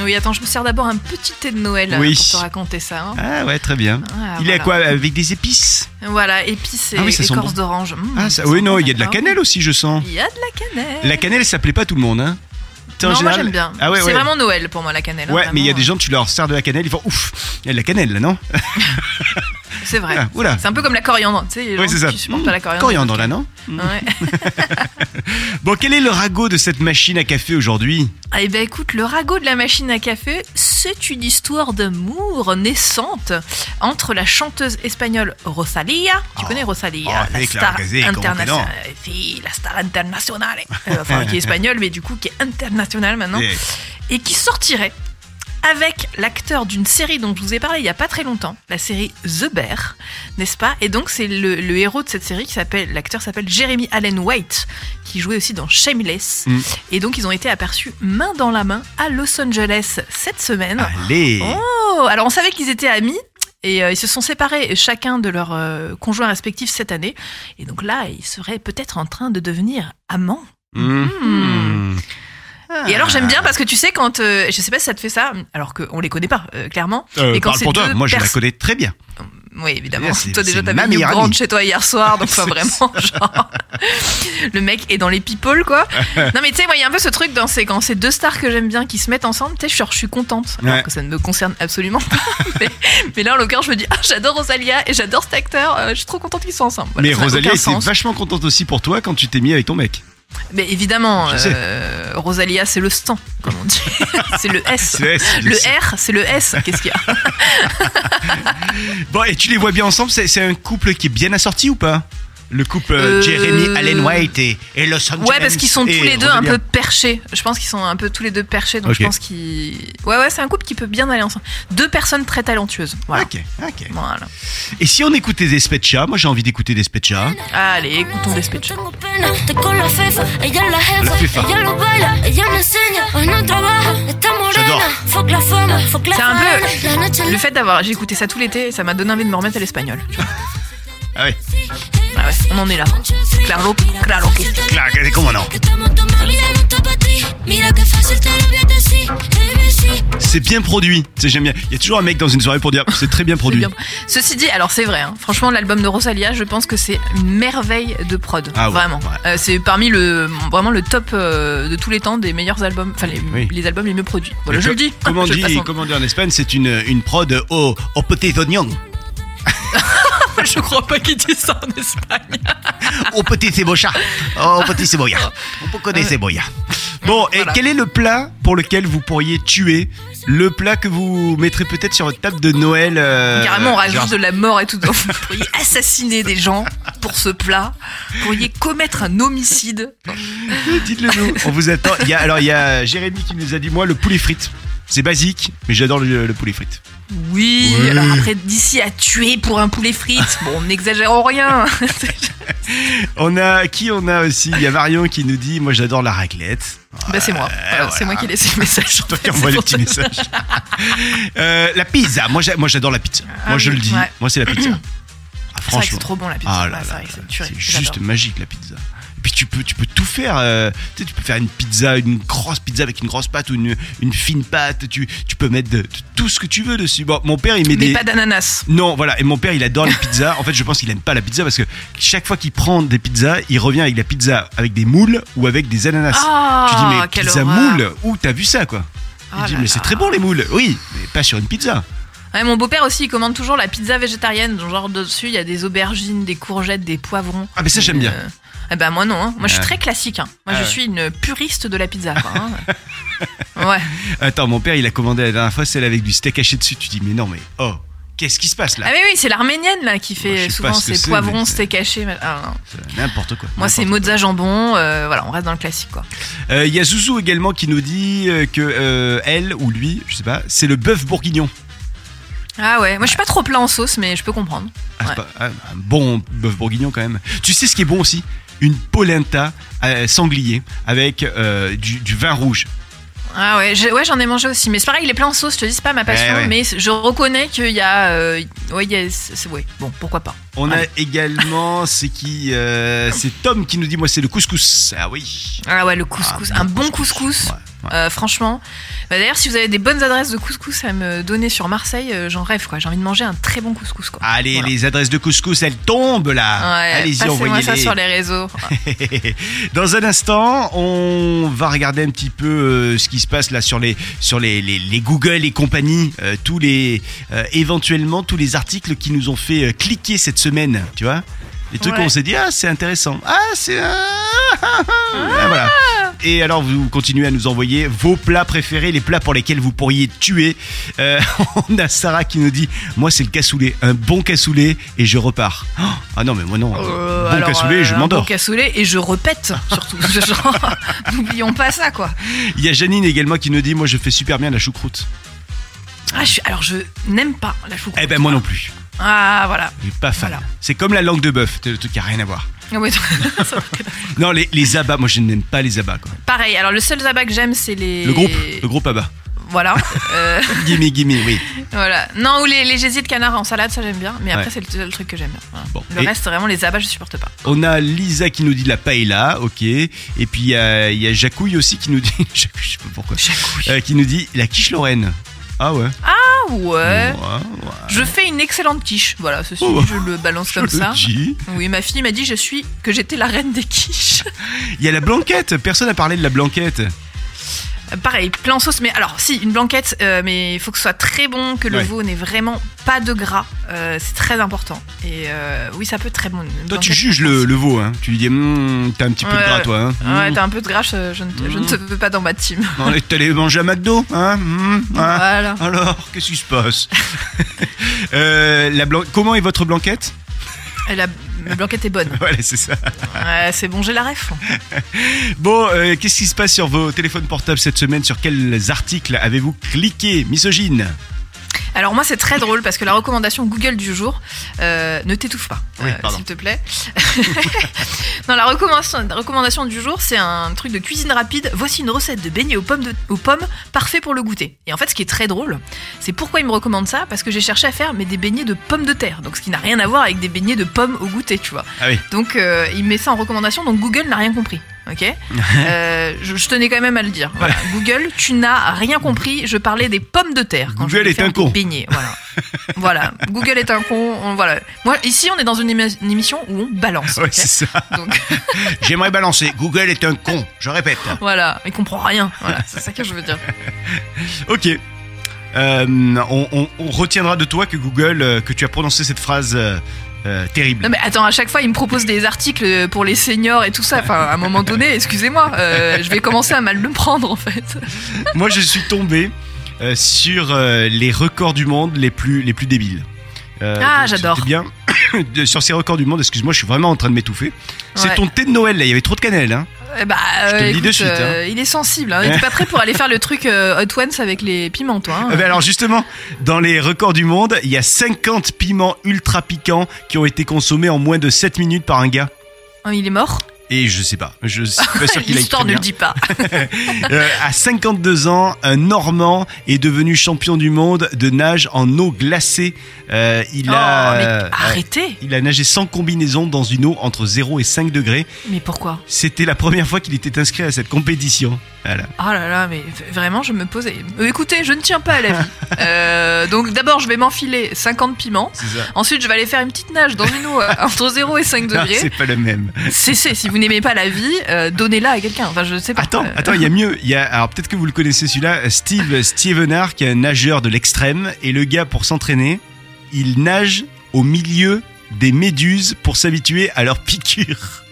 B: Oui, attends, je me sers d'abord un petit thé de Noël
A: Oui.
B: euh, pour te raconter ça. hein.
A: Ah ouais, très bien.
B: Ah,
A: Il est
B: voilà.
A: à quoi Avec des épices
B: Voilà, épices et
A: Ah oui, ça sent
B: écorce
A: bon.
B: d'orange. Mmh,
A: Ah, ça-
B: ça
A: oui,
B: sent
A: non,
B: bon,
A: il y a de la
B: d'accord.
A: cannelle aussi, je sens.
B: Il y a de la cannelle.
A: La cannelle, ça plaît pas tout le monde, hein T'es en
B: non, moi
A: général-
B: j'aime bien.
A: Ah ouais,
B: c'est
A: ouais.
B: vraiment Noël pour moi la cannelle. hein,
A: Ouais, mais il y a
B: vraiment.
A: des gens, tu leur sers de la cannelle, ils font ouf, il y a de la cannelle là, non
B: C'est vrai.
A: Ah, Oula
B: C'est un peu comme la coriandre, tu sais. les
A: Ouais,
B: gens
A: c'est ça.
B: qui supportent pas la coriandre.
A: Coriandre là, non
B: Ouais.
A: Bon, quel est le ragot de cette machine à café aujourd'hui
B: Ah, Eh ben écoute, le ragot de la machine à café, c'est une histoire d'amour naissante entre la chanteuse espagnole Rosalía, tu
A: Oh.
B: connais
A: Oh,
B: Rosalía, la,
A: avec la
B: star
A: Rosalía, comment que non
B: internationale, Si, la star internationale, Euh, enfin qui est espagnole mais du coup qui est internationale maintenant,
A: Eh,
B: et qui sortirait avec l'acteur d'une série dont je vous ai parlé il n'y a pas très longtemps, la série The Bear, n'est-ce pas Et donc c'est le, le héros de cette série qui s'appelle, l'acteur s'appelle Jeremy Allen White, qui jouait aussi dans Shameless.
A: Mm.
B: Et donc ils ont été aperçus main dans la main à Los Angeles cette semaine.
A: Allez
B: Oh, alors on savait qu'ils étaient amis. Et euh, ils se sont séparés chacun de leurs euh, conjoints respectifs cette année. Et donc là, ils seraient peut-être en train de devenir amants.
A: Mhm.
B: Et alors j'aime bien parce que tu sais quand euh, je sais pas si ça te fait ça alors qu'on les connaît pas euh, clairement
A: Euh,
B: et quand
A: parle
B: c'est
A: pour toi,
B: deux
A: moi je la
B: perso-
A: connais très bien.
B: oui évidemment
A: C'est-
B: toi déjà
A: c'est
B: t'avais
A: ma
B: mis une
A: meilleure
B: grande
A: amie.
B: chez toi hier soir donc pas vraiment genre le mec est dans les people quoi non mais tu sais moi il y a un peu ce truc dans ces quand ces deux stars que j'aime bien qui se mettent ensemble tu sais je suis- je suis contente alors
A: Ouais.
B: que ça ne me concerne absolument pas mais, mais là en l'occurrence je me dis ah j'adore Rosalia et j'adore cet acteur euh, je suis trop contente qu'ils soient ensemble Voilà,
A: mais
B: ça n'a
A: Rosalie
B: aucun
A: était
B: sens.
A: vachement contente aussi pour toi quand tu t'es mis avec ton mec.
B: mais évidemment
A: Je sais.
B: euh, Rosalia c'est le stan comme on dit c'est le S
A: C'est- c'est-
B: Le
A: c'est-
B: R, c'est le S. Qu'est-ce qu'il y a
A: Bon, et tu les vois bien ensemble, c'est c'est un couple qui est bien assorti ou pas Le couple
B: Euh,
A: Jeremy Allen White et, et Los Angeles.
B: Ouais, parce qu'ils sont
A: et
B: tous les deux un
A: Rosalia.
B: peu perchés. Je pense qu'ils sont un peu tous les deux perchés, donc
A: Ok.
B: je pense qu'ils. Ouais, ouais, c'est un couple qui peut bien aller ensemble. Deux personnes très talentueuses. Voilà.
A: Ok, ok.
B: Voilà.
A: Et si on écoute des Espetcha, moi j'ai envie d'écouter des Espetcha.
B: Ah, Allez, écoutons Dispatch.
H: Tengo pena, estoy con la fefa, ella es la jefa,
A: La fefa.
H: ella lo baila, ella me enseña, hoy no trabaja, está
A: J'adore.
H: morena, fuck la fama, fuck la
B: C'est un
H: fama,
B: peu-
H: la noche
B: Le fait d'avoir. J'ai écouté ça tout l'été et ça m'a donné envie de me remettre à l'espagnol.
A: Ah ouais.
B: Ah ouais, on en est là. Claro, claro que sí.
A: Claro que sí, cómo no. c'est bien produit. C'est j'aime bien. Il y a toujours un mec dans une soirée pour dire c'est très bien produit.
B: bien. Ceci dit, alors c'est vrai, hein, franchement, l'album de Rosalia, je pense que c'est une merveille de prod.
A: Ah ouais,
B: vraiment.
A: ouais.
B: Euh, c'est parmi le, vraiment le top euh, de tous les temps des meilleurs albums, enfin les,
A: Oui.
B: les albums les mieux produits. Voilà,
A: Mais
B: je
A: co-
B: le dis.
A: Comment on
B: Je le
A: dit,
B: passe en-
A: comment on dit en Espagne, c'est une, une prod au, au petits oignons,
B: je crois pas qu'ils disent ça en Espagne.
A: au petit cebocha, au petit cebolla, au petit cebolla. Bon, et
B: Voilà.
A: quel est le plat pour lequel vous pourriez tuer Le plat que vous mettrez peut-être sur votre table de Noël euh,
B: Carrément, on rajoute
A: genre-
B: de la mort et tout. dedans. Vous pourriez assassiner des gens pour ce plat. Vous pourriez commettre un homicide.
A: Dites-le nous, on vous attend. Il y a, alors, il y a Jérémy qui nous a dit Moi, le poulet frites. C'est basique, mais j'adore le, le poulet frites.
B: Oui,
A: Oui.
B: alors après, d'ici à tuer pour un poulet frites. Bon, n'exagérons rien.
A: On a qui on a aussi Il y a Marion qui nous dit Moi, j'adore la raclette.
B: bah, c'est moi. Voilà, C'est
A: voilà.
B: moi qui ai laissé le message.
A: Toi qui envoies les petits messages. Euh, la pizza. Moi, j'a- moi, j'adore la pizza.
B: Ah
A: moi, je
B: oui,
A: le dis.
B: ouais.
A: Moi, c'est la pizza. Ah,
B: C'est vrai que c'est
A: franchement.
B: trop bon la pizza.
A: Ah
B: Ouais,
A: là
B: c'est
A: là,
B: vrai que c'est
A: c'est
B: tué.
A: juste magique la pizza. Et puis tu peux, tu peux tout faire. euh, tu, sais, tu peux faire une pizza, une grosse pizza avec une grosse pâte ou une, une fine pâte. Tu, tu peux mettre de- de- tout ce que tu veux dessus. Bon, mon père il met
B: Mais
A: des.
B: pas d'ananas.
A: Non, voilà. Et mon père, il adore les pizzas. En fait, je pense qu'il aime pas la pizza parce que chaque fois qu'il prend des pizzas, il revient avec la pizza avec des moules ou avec des ananas.
B: Ah,
A: tu dis mais
B: quelle
A: pizza
B: horreur.
A: moule Où t'as vu ça quoi Il
B: Ah
A: dit
B: là
A: mais c'est
B: là.
A: très bon les moules. Oui, mais pas sur une pizza.
B: Ouais, mon beau-père aussi, il commande toujours la pizza végétarienne. dont Genre dessus, il y a des aubergines, des courgettes, des poivrons.
A: Ah mais ça j'aime bien.
B: Euh, eh ben moi non, hein. moi je suis
A: Ouais.
B: très classique. hein. Moi
A: Ah
B: je
A: ouais.
B: suis une puriste de la pizza. quoi, hein. ouais.
A: Attends, mon père il a commandé la dernière fois celle avec du steak haché dessus. Tu dis mais non mais oh qu'est-ce qui se passe là
B: Ah mais oui, c'est l'arménienne là qui
A: Moi, je
B: fait
A: sais
B: souvent
A: pas ce que
B: ses
A: c'est,
B: poivrons,
A: mais-
B: steak haché. mais- ah, non.
A: C'est N'importe quoi.
B: moi c'est
A: n'importe
B: mozza jambon. euh, voilà, on reste dans le classique quoi.
A: quoi. Euh, Il y a Zouzou également qui nous dit euh, que euh, elle ou lui, je sais pas, c'est le bœuf bourguignon.
B: Ah ouais, moi je suis pas trop plat en sauce, mais je peux comprendre.
A: Ah, c'est
B: Ouais.
A: pas- ah, un bon bœuf bourguignon quand même. Tu sais ce qui est bon aussi Une polenta euh, sanglier avec euh, du, du vin rouge.
B: Ah ouais, j'ai- ouais, j'en ai mangé aussi. Mais c'est pareil, les plats en sauce, je te dis, c'est pas ma passion,
A: Eh Ouais, ouais.
B: mais je reconnais qu'il y a. euh, ouais, il y a- c'est c'est- ouais, bon, pourquoi pas.
A: On a
B: Allez.
A: également, c'est qui euh, C'est Tom qui nous dit, moi c'est le couscous. Ah oui.
B: Ah ouais, le couscous,
A: Ah,
B: un bon couscous.
A: Ouais, ouais.
B: euh, franchement, Bah, d'ailleurs, si vous avez des bonnes adresses de couscous à me donner sur Marseille, euh, j'en rêve quoi. J'ai envie de manger un très bon couscous quoi.
A: Allez,
B: Voilà.
A: les adresses de couscous, elles tombent là.
B: Ouais,
A: Ah, Allez-y,
B: passez-moi
A: envoyez-les. Ah,
B: ça sur les réseaux.
A: Dans un instant, on va regarder un petit peu euh, ce qui se passe là sur les sur les, les- les Google et compagnie, euh, tous les euh, éventuellement tous les articles qui nous ont fait euh, cliquer cette semaine, tu vois. Les trucs
B: Ouais.
A: où on s'est dit ah c'est intéressant, ah c'est ah, ah, ah. Ah, voilà. Et alors vous continuez à nous envoyer vos plats préférés, les plats pour lesquels vous pourriez tuer. Euh, on a Sarah qui nous dit moi c'est le cassoulet, un bon cassoulet et je repars. Oh, ah non mais moi non,
B: Euh,
A: bon
B: alors,
A: cassoulet
B: euh,
A: je
B: un
A: m'endors.
B: Bon cassoulet et je répète surtout. Genre, N'oublions pas ça quoi.
A: Il y a Janine également qui nous dit Moi je fais super bien la choucroute.
B: Ah, je suis- alors je n'aime pas la choucroute.
A: Eh ben moi non plus,
B: Ah voilà.
A: je suis pas fan.
B: Voilà.
A: C'est comme la langue de bœuf, c'est le truc qui a rien à voir.
B: Ah ouais, ça-
A: Non, les, les abats, moi je n'aime pas les abats. Quoi.
B: Pareil, alors le seul tabac que j'aime, c'est les.
A: Le groupe, le groupe abat.
B: Voilà. euh,
A: Gimme, gimme, oui.
B: voilà. Non, ou les, les gésiers de canard en salade, ça j'aime bien. Mais après,
A: Ouais.
B: c'est le, seul truc que j'aime bien. Voilà.
A: Bon,
B: Le
A: et-
B: reste, vraiment, les abats, je supporte pas.
A: On a Lisa qui nous dit la paella, ok. Et puis il y a, il y a Jacouille aussi qui nous dit. Jacouille, je sais pas pourquoi. Euh, qui nous dit la quiche lorraine. Ah ouais.
B: Ah
A: Mmh.
B: ouais.
A: Ouais, ouais.
B: Je fais une excellente quiche. Voilà, ceci,
A: Oh.
B: je le balance comme
A: Je le
B: ça.
A: dis.
B: Oui, ma fille m'a dit je suis que j'étais la reine des quiches.
A: Il y a la blanquette, personne n'a parlé de la blanquette.
B: Euh, Pareil, plein en sauce, mais alors si, une blanquette, euh, mais il faut que ce soit très bon, que le
A: Ouais.
B: veau n'ait vraiment pas de gras. Euh, c'est très important. Et euh, oui, ça peut être très bon. une
A: Toi tu
B: blanquette,
A: juges
B: je pense.
A: le, le veau, hein. Tu lui dis, Hum, t'as un petit peu de
B: Ouais.
A: gras toi, hein.
B: Ouais,
A: Hum.
B: t'as un peu de gras, je, je ne te,
A: Mm.
B: je ne te veux pas dans ma team.
A: Non, mais T'allais manger à McDo, hein, hum, hein.
B: Voilà.
A: Alors, qu'est-ce qui se passe Euh, la blan- Comment est votre blanquette
B: Et la, la blanquette est bonne.
A: Voilà, c'est ça.
B: Ouais, c'est bon, j'ai la ref.
A: Bon, euh, qu'est-ce qui se passe sur vos téléphones portables cette semaine Sur quels articles avez-vous cliqué Misogyne
B: Alors moi, c'est très drôle parce que la recommandation Google du jour, euh, ne t'étouffe pas,
A: Oui, pardon.
B: s'il te plaît. non, la recommandation, la recommandation du jour, c'est un truc de cuisine rapide. Voici une recette de beignets aux pommes, de- aux pommes, parfait pour le goûter. Et en fait, ce qui est très drôle, c'est pourquoi ils me recommandent ça, parce que j'ai cherché à faire mais des beignets de pommes de terre, donc ce qui n'a rien à voir avec des beignets de pommes au goûter, tu vois.
A: Ah oui.
B: Donc euh, il met ça en recommandation, donc Google n'a rien compris. ok Euh, je, je tenais quand même à le dire. Voilà. Google, tu n'as rien compris. Je parlais des pommes de terre. Quand je
A: Google
B: voulais
A: est
B: faire
A: un con.
B: des beignets, voilà. voilà. Google est un con. on- voilà. Moi, ici, on est dans une, émi- une émission où on balance.
A: Ouais,
B: ok
A: c'est ça.
B: Donc
A: J'aimerais balancer. Google est un con, je répète.
B: voilà, il comprend rien. Voilà, c'est ça que je veux dire.
A: Ok. Euh, on, on- on retiendra de toi que Google, euh, que tu as prononcé cette phrase euh, euh, terrible.
B: Non mais attends, à chaque fois, il me propose des articles pour les seniors et tout ça. Enfin, à un moment donné, excusez-moi, euh, je vais commencer à mal le prendre en fait.
A: Moi, je suis tombé euh, sur euh, les records du monde les plus, les plus débiles. Euh,
B: Ah,
A: donc,
B: j'adore.
A: c'était bien. De- sur ces records du monde, excuse-moi, je suis vraiment en train de m'étouffer. C'est
B: Ouais.
A: ton thé de Noël, là, il y avait trop de cannelle. Hein.
B: Eh bah,
A: Je te le dis de
B: écoute,
A: suite,
B: euh, Il est sensible. Hein. Il n'est pas prêt pour aller faire le truc euh, Hot Ones avec les piments, toi. hein.
A: Ah ben alors justement, dans les records du monde, il y a 50 piments ultra piquants qui ont été consommés en moins de 7 minutes par un gars.
B: Hein, Il est mort.
A: Et je sais pas, je suis pas sûr qu'il aille
B: L'histoire
A: très
B: ne le
A: bien.
B: dit pas.
A: Euh, à 52 ans, un Normand est devenu champion du monde de nage en eau glacée. Euh, il,
B: Oh, mais
A: a, euh,
B: arrêtez.
A: il a nagé sans combinaison dans une eau entre 0 et 5 degrés.
B: Mais pourquoi
A: C'était la première fois qu'il était inscrit à cette compétition. Voilà.
B: Oh là là, mais v- vraiment, je me posais. Euh, écoutez, je ne tiens pas à la vie. Euh, donc d'abord, je vais m'enfiler 50 piments.
A: C'est ça.
B: Ensuite, je vais aller faire une petite nage dans une eau euh, entre 0 et 5
A: Non,
B: degrés.
A: Ah, c'est pas le même.
B: Cessez, si vous n'aimez pas la vie, euh, donnez-la à quelqu'un. Enfin, je sais pas.
A: Attends,
B: Euh,
A: attends, il y a mieux. Il y a, alors peut-être que vous le connaissez celui-là, Steve Stevenard, qui est un nageur de l'extrême, et le gars pour s'entraîner, il nage au milieu des méduses pour s'habituer à leurs piqûres.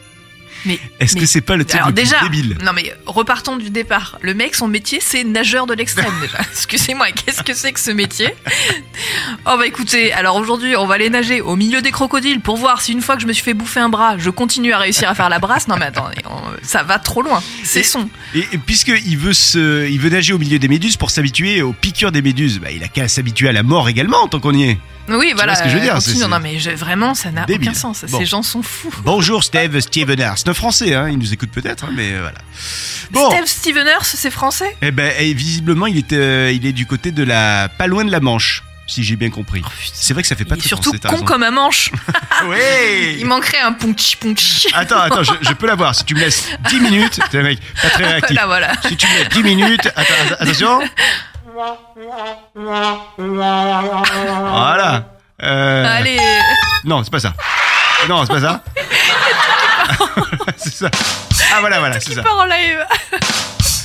B: Mais-
A: est-ce que
B: mais-
A: c'est pas le truc
B: Alors
A: le plus
B: déjà,
A: débile
B: non mais repartons du départ. Le mec, son métier, c'est nageur de l'extrême déjà. Excusez-moi, qu'est-ce que c'est que ce métier Oh bah écoutez, alors aujourd'hui, on va aller nager au milieu des crocodiles pour voir si une fois que je me suis fait bouffer un bras, je continue à réussir à faire la brasse. Non mais attendez, on- ça va trop loin. C'est son.
A: Et, et puisque il veut se, il veut nager au milieu des méduses pour s'habituer aux piqûres des méduses, bah, il a qu'à s'habituer à la mort également tant qu'on y est.
B: Oui, voilà.
A: vois ce que je veux dire,
B: continue.
A: c'est-
B: Non mais je- vraiment, ça n'a
A: Débile.
B: aucun sens.
A: Bon.
B: Ces gens sont fous.
A: Bonjour Steve Stevenard, c'est un Français, hein, il nous écoute peut-être, hein, mais euh, voilà. Bon.
B: Steve Steveners, c'est français
A: Eh ben, eh, visiblement, il est, euh, il est du côté de la, pas loin de la Manche, si j'ai bien compris. C'est vrai que ça fait pas
B: Oh, Il est
A: très
B: surtout
A: français, t'as
B: con
A: raison.
B: comme un manche.
A: Ouais.
B: Il manquerait un ponchi ponchi.
A: Attends, attends, je, je peux l'avoir. Si tu me laisses 10 minutes, c'est un mec pas très réactif.
B: Voilà, voilà.
A: Si tu me laisses 10 minutes, attends, att- attention. Voilà. Euh,
B: Allez,
A: Non, c'est pas ça. Non, c'est pas ça. c'est ça. Ah voilà, voilà, c'est
B: qui
A: ça.
B: part en live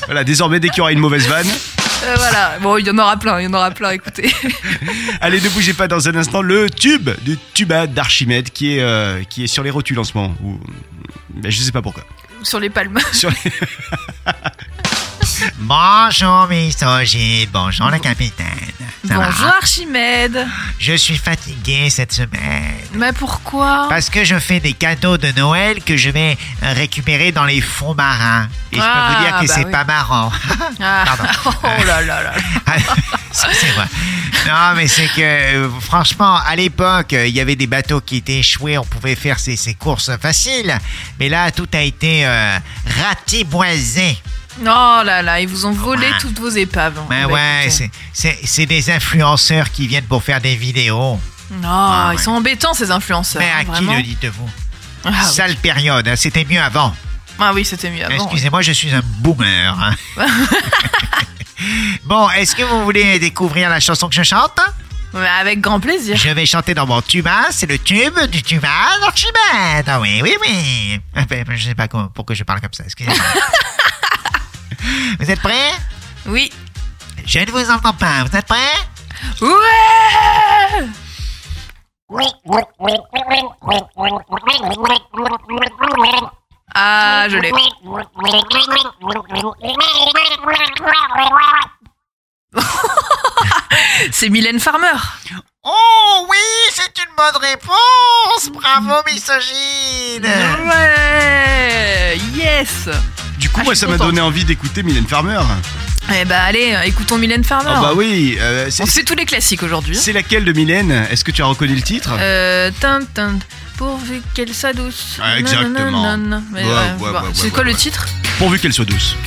A: Voilà, désormais, dès qu'il y aura une mauvaise vanne.
B: Euh, Voilà, bon, il y en aura plein, il y en aura plein, écoutez.
A: Allez, ne bougez pas dans un instant le tube du tuba d'Archimède qui est, euh, qui est sur les rotules en ce moment. Ou... Ben, je sais pas pourquoi.
B: Sur les palmes.
A: Sur les-
I: Bonjour misogyne, bonjour la capitaine. Ça va
B: Bonjour Archimède.
I: Je suis fatigué cette semaine
B: Mais pourquoi
I: parce que je fais des cadeaux de Noël que je vais euh, récupérer dans les fonds marins. Et je
B: Ah,
I: peux vous dire que
B: bah
I: c'est
B: oui.
I: pas marrant.
B: Ah, Oh là là là.
I: Excusez-moi. Non, mais c'est que, euh, franchement, à l'époque, euh, il y avait des bateaux qui étaient échoués, on pouvait faire ces, ces courses faciles. Mais là, tout a été euh, ratiboisé.
B: Oh là là, ils vous ont volé
I: Ouais.
B: toutes vos épaves.
I: Ben
B: Bah,
I: ouais,
B: écoutez.
I: c'est- c'est c'est des influenceurs qui viennent pour faire des vidéos.
B: Non,
I: Ouais,
B: ils
I: ouais.
B: sont embêtants ces influenceurs.
I: Mais
B: hein,
I: à
B: vraiment.
I: qui le dites-vous
B: ah, oui.
I: Sale période, hein, c'était mieux avant.
B: Ah oui, c'était mieux avant.
I: Excusez-moi, je suis un boomer. hein. bon, est-ce que vous voulez découvrir la chanson que je chante
B: Mais avec grand plaisir.
I: Je vais chanter dans mon tuba, c'est le tube du tuba d'Archimède. Ah oui, oui, oui. Ah ben, Je sais pas comment- pourquoi je parle comme ça, excusez-moi. vous êtes prêts
B: Oui.
I: Je ne vous entends pas, vous êtes prêts
B: Ouais Ah, je l'ai. C'est Mylène Farmer.
I: Oh oui, c'est une bonne réponse Bravo, misogyne
B: Ouais Yes
A: Du coup,
B: Ah,
A: moi,
B: je suis
A: ça m'a
B: contente.
A: donné envie d'écouter Mylène Farmer.
B: Eh bah allez, écoutons Mylène Farmer.
A: Ah bah oui. euh, c'est-
B: On fait tous les classiques aujourd'hui. hein.
A: c'est laquelle de Mylène Est-ce que tu as reconnu le titre
B: Euh, tin, tin, pourvu qu'elle s'adouce.
A: Ah, exactement.
B: Nanana. Mais,
A: Ouais,
B: euh,
A: ouais,
B: bah,
A: ouais,
B: c'est
A: ouais,
B: quoi
A: ouais,
B: le
A: ouais.
B: titre
A: Pourvu qu'elle soit douce.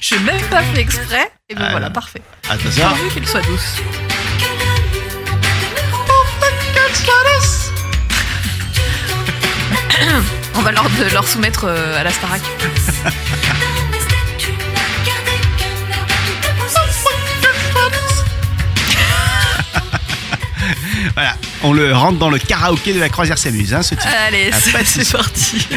B: Je n'ai même pas fait exprès. Et ben
A: Ah,
B: voilà,
A: là.
B: parfait.
A: Attends ça.
B: Pourvu qu'elle soit douce. Oh, On va leur, de- leur soumettre euh, à la Starac.
A: Voilà, on le rentre dans le karaoké de la croisière s'amuse, hein, ce titre.
B: Allez,
A: Ah, pas
B: c'est
A: de soucis.
B: c'est parti.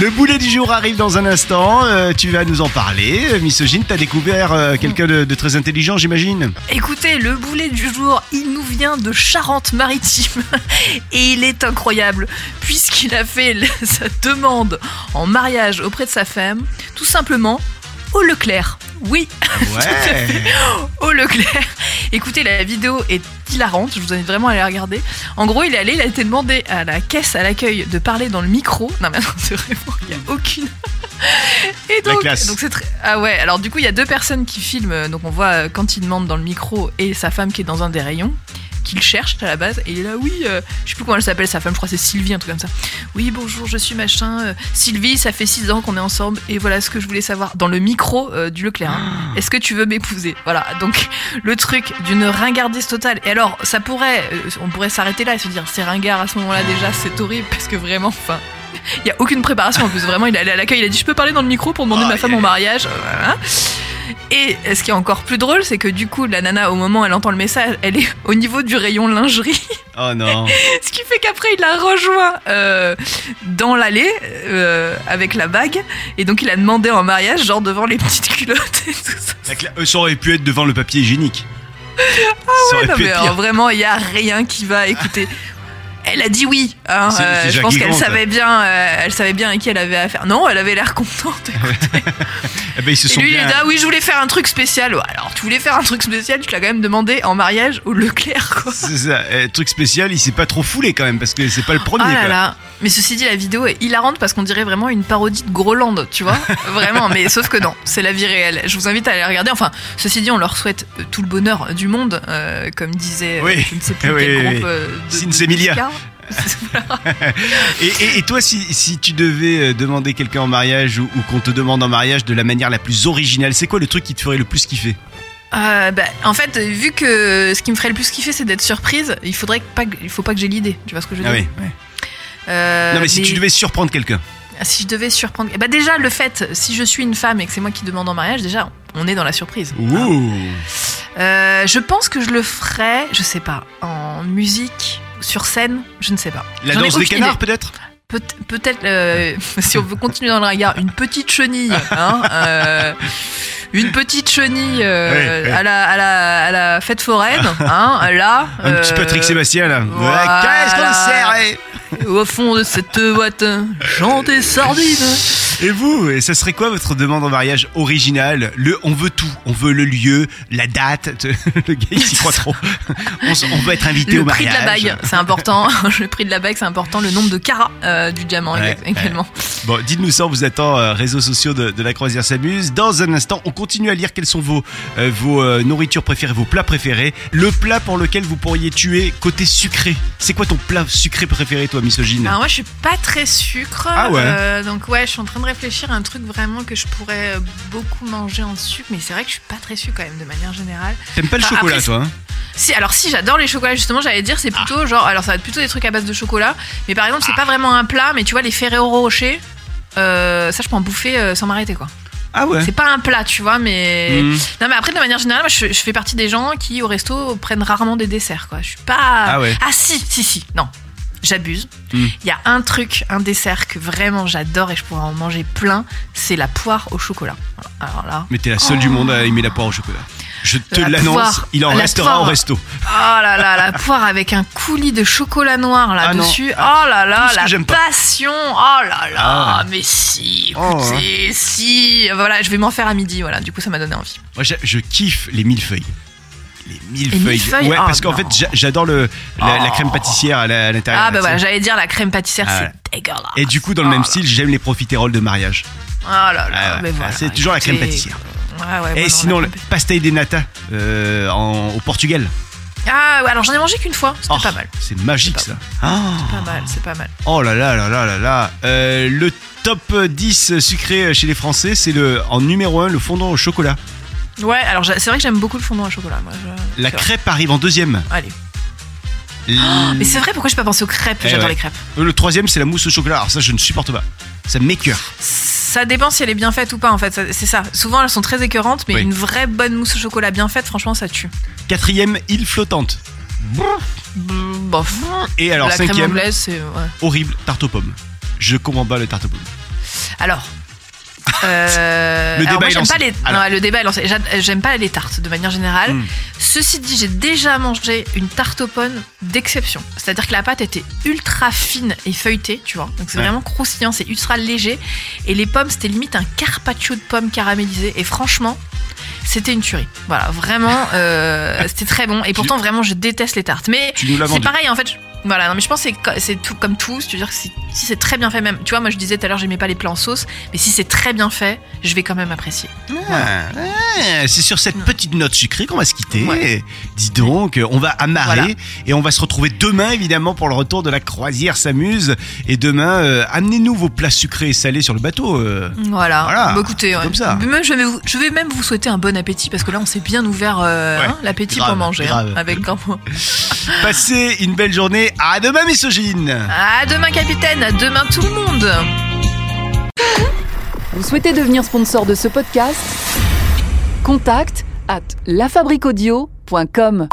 A: Le boulet du jour arrive dans un instant. euh, tu vas nous en parler. Euh, Misogyne, t'as découvert euh, quelqu'un de, de très intelligent, j'imagine.
B: Écoutez, le boulet du jour, il nous vient de Charente-Maritime et il est incroyable puisqu'il a fait le- sa demande en mariage auprès de sa femme, tout simplement au Leclerc. Oui,
A: Ouais.
B: au Leclerc. Écoutez, la vidéo est hilarante, je vous invite vraiment à la regarder. En gros, il est allé, il a été demandé à la caisse, à l'accueil, de parler dans le micro. Non, mais non, c'est vraiment, il n'y a aucune. Et
A: La
B: donc,
A: classe.
B: donc c'est très- Ah ouais, alors du coup, il y a deux personnes qui filment, donc on voit euh, quand il demande dans le micro et sa femme qui est dans un des rayons qu'il cherche à la base et il est là oui euh, je sais plus comment elle s'appelle sa femme je crois que c'est Sylvie un truc comme ça oui bonjour je suis machin euh, Sylvie ça fait six ans qu'on est ensemble et voilà ce que je voulais savoir dans le micro euh, du Leclerc hein.
A: Ah.
B: est-ce que tu veux m'épouser voilà donc le truc d'une ringardise totale. Et alors, ça pourrait, euh, on pourrait s'arrêter là et se dire, c'est ringard à ce moment-là déjà, c'est horrible parce que vraiment, enfin, il y a aucune préparation en plus. Vraiment, il est allé à l'accueil, il a dit, je peux parler dans le micro pour demander
A: Ah,
B: ma femme
A: yeah.
B: en mariage. Euh, voilà. Et ce qui est encore plus drôle, c'est que du coup, la nana, au moment où elle entend le message, elle est au niveau du rayon lingerie.
A: Oh non.
B: Ce qui fait qu'après, il la rejoint euh, dans l'allée euh, avec la bague. Et donc, il a demandé en mariage, genre devant les petites culottes et tout ça.
A: La cla- euh, ça aurait pu être devant le papier hygiénique. ça aurait
B: Ah Non,
A: pu
B: mais
A: être
B: alors,
A: pire.
B: vraiment, il n'y a rien qui va. Écoutez, elle a dit oui. hein,
A: C'est-
B: euh,
A: c'est
B: je pense
A: Jackie
B: qu'elle
A: Grant,
B: savait bien, euh, elle savait bien à qui elle avait affaire. Non, elle avait l'air contente.
A: Eh ben, ils se
B: Et
A: sont
B: lui, il
A: bien-
B: a dit ah oui, je voulais faire un truc spécial. Ouais, Alors, tu voulais faire un truc spécial, tu l'as quand même demandé en mariage au Leclerc. Quoi.
A: C'est ça, euh, truc spécial, il s'est pas trop foulé quand même parce que c'est pas le premier.
B: Ah là
A: quoi.
B: là. Mais ceci dit, la vidéo est hilarante parce qu'on dirait vraiment une parodie de Groland, tu vois. vraiment, mais sauf que non, c'est la vie réelle. Je vous invite à aller regarder. Enfin, ceci dit, on leur souhaite euh, tout le bonheur du monde, euh, comme disait euh,
A: Oui.
B: je ne sais plus
A: Oui,
B: quel
A: oui,
B: groupe.
A: oui.
B: euh, de-
A: Sin
B: de
A: Semilia.
B: Mika.
A: Et, et- et toi, si, si tu devais euh, demander quelqu'un en mariage ou, ou qu'on te demande en mariage de la manière la plus originale, c'est quoi le truc qui te ferait le plus kiffer
B: Euh, bah, en fait, vu que ce qui me ferait le plus kiffer, c'est d'être surprise, il faudrait que pas, que- il faut pas que j'ai l'idée. Tu vois ce que je veux
A: Ah
B: dire
A: oui.
B: Euh,
A: non, mais si tu devais surprendre quelqu'un.
B: Ah, Si je devais surprendre. Eh Bah déjà, le fait, si je suis une femme et que c'est moi qui demande en mariage, déjà, on est dans la surprise.
A: Ouh
B: Euh, je pense que je le ferais, je sais pas, en musique, sur scène, je ne sais pas.
A: La
B: J'en ai
A: danse des
B: aucune
A: canards,
B: idée.
A: peut-être
B: Peut- Peut-être, euh, si on veut continuer dans le regard, une petite chenille, hein, euh, une petite chenille euh,
A: Oui, oui.
B: À, la, à, la, à la fête foraine, hein, là.
A: Un petit
B: euh,
A: Patrick Sébastien, là.
B: voilà.
A: Ouais, qu'est-ce qu'on sert, eh
B: Au fond de cette boîte, chantez sardine.
A: Et vous, et ça serait quoi votre demande en mariage originale Le on veut tout, on veut le lieu, la date, le gars il s'y croit trop. On, s- on veut être invité
B: Le
A: au
B: prix de
A: mariage.
B: la bague, c'est important. Le prix de la bague, c'est important. Le nombre de carats euh, du diamant
A: Ouais,
B: exact- également.
A: Bon, dites-nous ça, on vous attend euh, réseaux sociaux de, de la croisière s'amuse. Dans un instant, on continue à lire quelles sont vos, euh, vos euh, nourritures préférées, vos plats préférés. Le plat pour lequel vous pourriez tuer côté sucré. C'est quoi ton plat sucré préféré, toi, misogyne
B: Alors moi, je suis pas très sucre.
A: Ah ouais.
B: Euh, donc ouais, je suis en train de réfléchir à un truc vraiment que je pourrais euh, beaucoup manger en sucre. Mais c'est vrai que je suis pas très sucre quand même de manière générale.
A: T'aimes pas le
B: Ah,
A: chocolat,
B: après,
A: toi hein
B: Si, alors si, j'adore les chocolats. Justement, j'allais dire, c'est plutôt
A: Ah.
B: genre, alors ça va être plutôt des trucs à base de chocolat. Mais par exemple, c'est pas vraiment un plat. Mais tu vois, les Ferrero Rocher. euh, ça, je peux en bouffer euh, sans m'arrêter, quoi.
A: Ah ouais
B: C'est pas un plat, tu vois, mais
A: Mmh.
B: Non, mais après, de manière générale, moi, je, je fais partie des gens qui, au resto, prennent rarement des desserts, quoi. Je suis pas.
A: Ah ouais.
B: si, si, si. Non, j'abuse. Il
A: Hmm.
B: y a un truc, un dessert que vraiment j'adore et je pourrais en manger plein, c'est la poire au chocolat. Alors là.
A: Mais t'es la seule du monde à aimer la poire au chocolat. Je te
B: La
A: l'annonce,
B: poire.
A: il en
B: La
A: restera
B: poire.
A: au resto.
B: Oh là là, la poire avec un coulis de chocolat noir
A: Ah non.
B: là-dessus. oh là là,
A: Tout ce que
B: la
A: j'aime pas.
B: passion. Oh là là,
A: Ah.
B: mais si,
A: Oh,
B: écoutez, si. Voilà, je vais m'en faire à midi, voilà. Du coup, ça m'a donné envie.
A: Moi, j'a- je kiffe les millefeuilles. Les millefeuilles.
B: millefeuilles
A: ouais,
B: Ah,
A: parce qu'en
B: non. Oh.
A: fait, j'a- j'adore le la, la crème pâtissière à la- à l'intérieur.
B: Ah, bah
A: là,
B: voilà,
A: tu sais.
B: j'allais dire la crème pâtissière,
A: Ah, ouais.
B: c'est dégueulasse.
A: Et du coup, dans le
B: Oh
A: même
B: là
A: style, j'aime les profiteroles de mariage.
B: Oh là là,
A: Ah ouais,
B: mais
A: ah,
B: voilà,
A: c'est toujours la crème
B: écoutez.
A: pâtissière.
B: Ouais, ouais,
A: Et
B: moi,
A: sinon,
B: bah non,
A: le
B: la crème
A: pastel des nata euh, en- au Portugal.
B: pâtissière. Ah, ouais, alors j'en ai mangé qu'une fois, c'était
A: Oh,
B: pas mal.
A: C'est magique
B: C'est
A: ça. Ah.
B: Pas mal, c'est pas mal.
A: Oh là là là là là là. Euh, le top 10 sucré chez les Français, c'est le en numéro 1 le fondant au chocolat.
B: Ouais, alors j'a- c'est vrai que j'aime beaucoup le fondant à chocolat. Moi, je-
A: La
B: c'est vrai.
A: crêpe arrive en deuxième.
B: Allez. Mais c'est vrai, pourquoi je n'ai pas pensé aux crêpes
A: Eh
B: J'adore
A: ouais.
B: les crêpes.
A: Euh, Le troisième, c'est la mousse au chocolat. Alors ça, je ne supporte pas. Ça m'écœure.
B: Ça dépend si elle est bien faite ou pas, en fait. ça- C'est ça. Souvent, elles sont très écœurantes, mais
A: Oui.
B: une vraie bonne mousse au chocolat bien faite, franchement, ça tue.
A: Quatrième, île flottante.
B: Bof.
A: Et alors,
B: la crème
A: cinquième,
B: anglaise, c'est. ouais.
A: horrible, tarte aux pommes. Je comprends pas le tarte aux pommes.
B: Alors. euh,
A: Le débat
B: alors moi,
A: est
B: j'aime
A: lancé.
B: pas les.
A: Alors.
B: Non, le débat est lancé. J'a- J'aime pas les tartes de manière générale.
A: Mm.
B: Ceci dit, j'ai déjà mangé une tarte aux pommes d'exception. C'est-à-dire que la pâte était ultra fine et feuilletée, tu vois. Donc c'est
A: Ouais.
B: vraiment croustillant, c'est ultra léger. Et les pommes, c'était limite un carpaccio de pommes caramélisées. Et franchement. C'était une tuerie. Voilà, vraiment, euh, c'était très bon. Et pourtant, vraiment, je déteste les tartes. Mais
A: Tu nous l'as
B: c'est
A: vendu.
B: pareil en fait. je- Voilà, non, mais je pense que c'est co- c'est tout comme tout, c'est-à-dire que c'est- si c'est très bien fait même, tu vois, moi je disais tout à l'heure j'aimais pas les plats en sauce, mais si c'est très bien fait, je vais quand même apprécier.
A: Ah, ah, c'est sur cette petite note sucrée qu'on va se quitter.
B: Ouais.
A: Dis donc, on va amarrer
B: Voilà.
A: et on va se retrouver demain évidemment pour le retour de la croisière s'amuse. Et demain, euh, amenez-nous vos plats sucrés et salés sur le bateau. euh.
B: Voilà.
A: Voilà,
B: Bah, écoutez,
A: c'est
B: ouais.
A: comme ça.
B: Mais moi, je, vais vous- je vais même vous souhaiter un bon appétit parce que là on s'est bien ouvert euh,
A: Ouais,
B: hein, l'appétit
A: grave,
B: pour manger hein,
A: grave.
B: avec grand mot. Ah.
A: Passez une belle journée. À demain, misogyne.
B: À demain capitaine, à demain tout le monde.
J: Vous souhaitez devenir sponsor de ce podcast Contact à lafabriquaudio.com.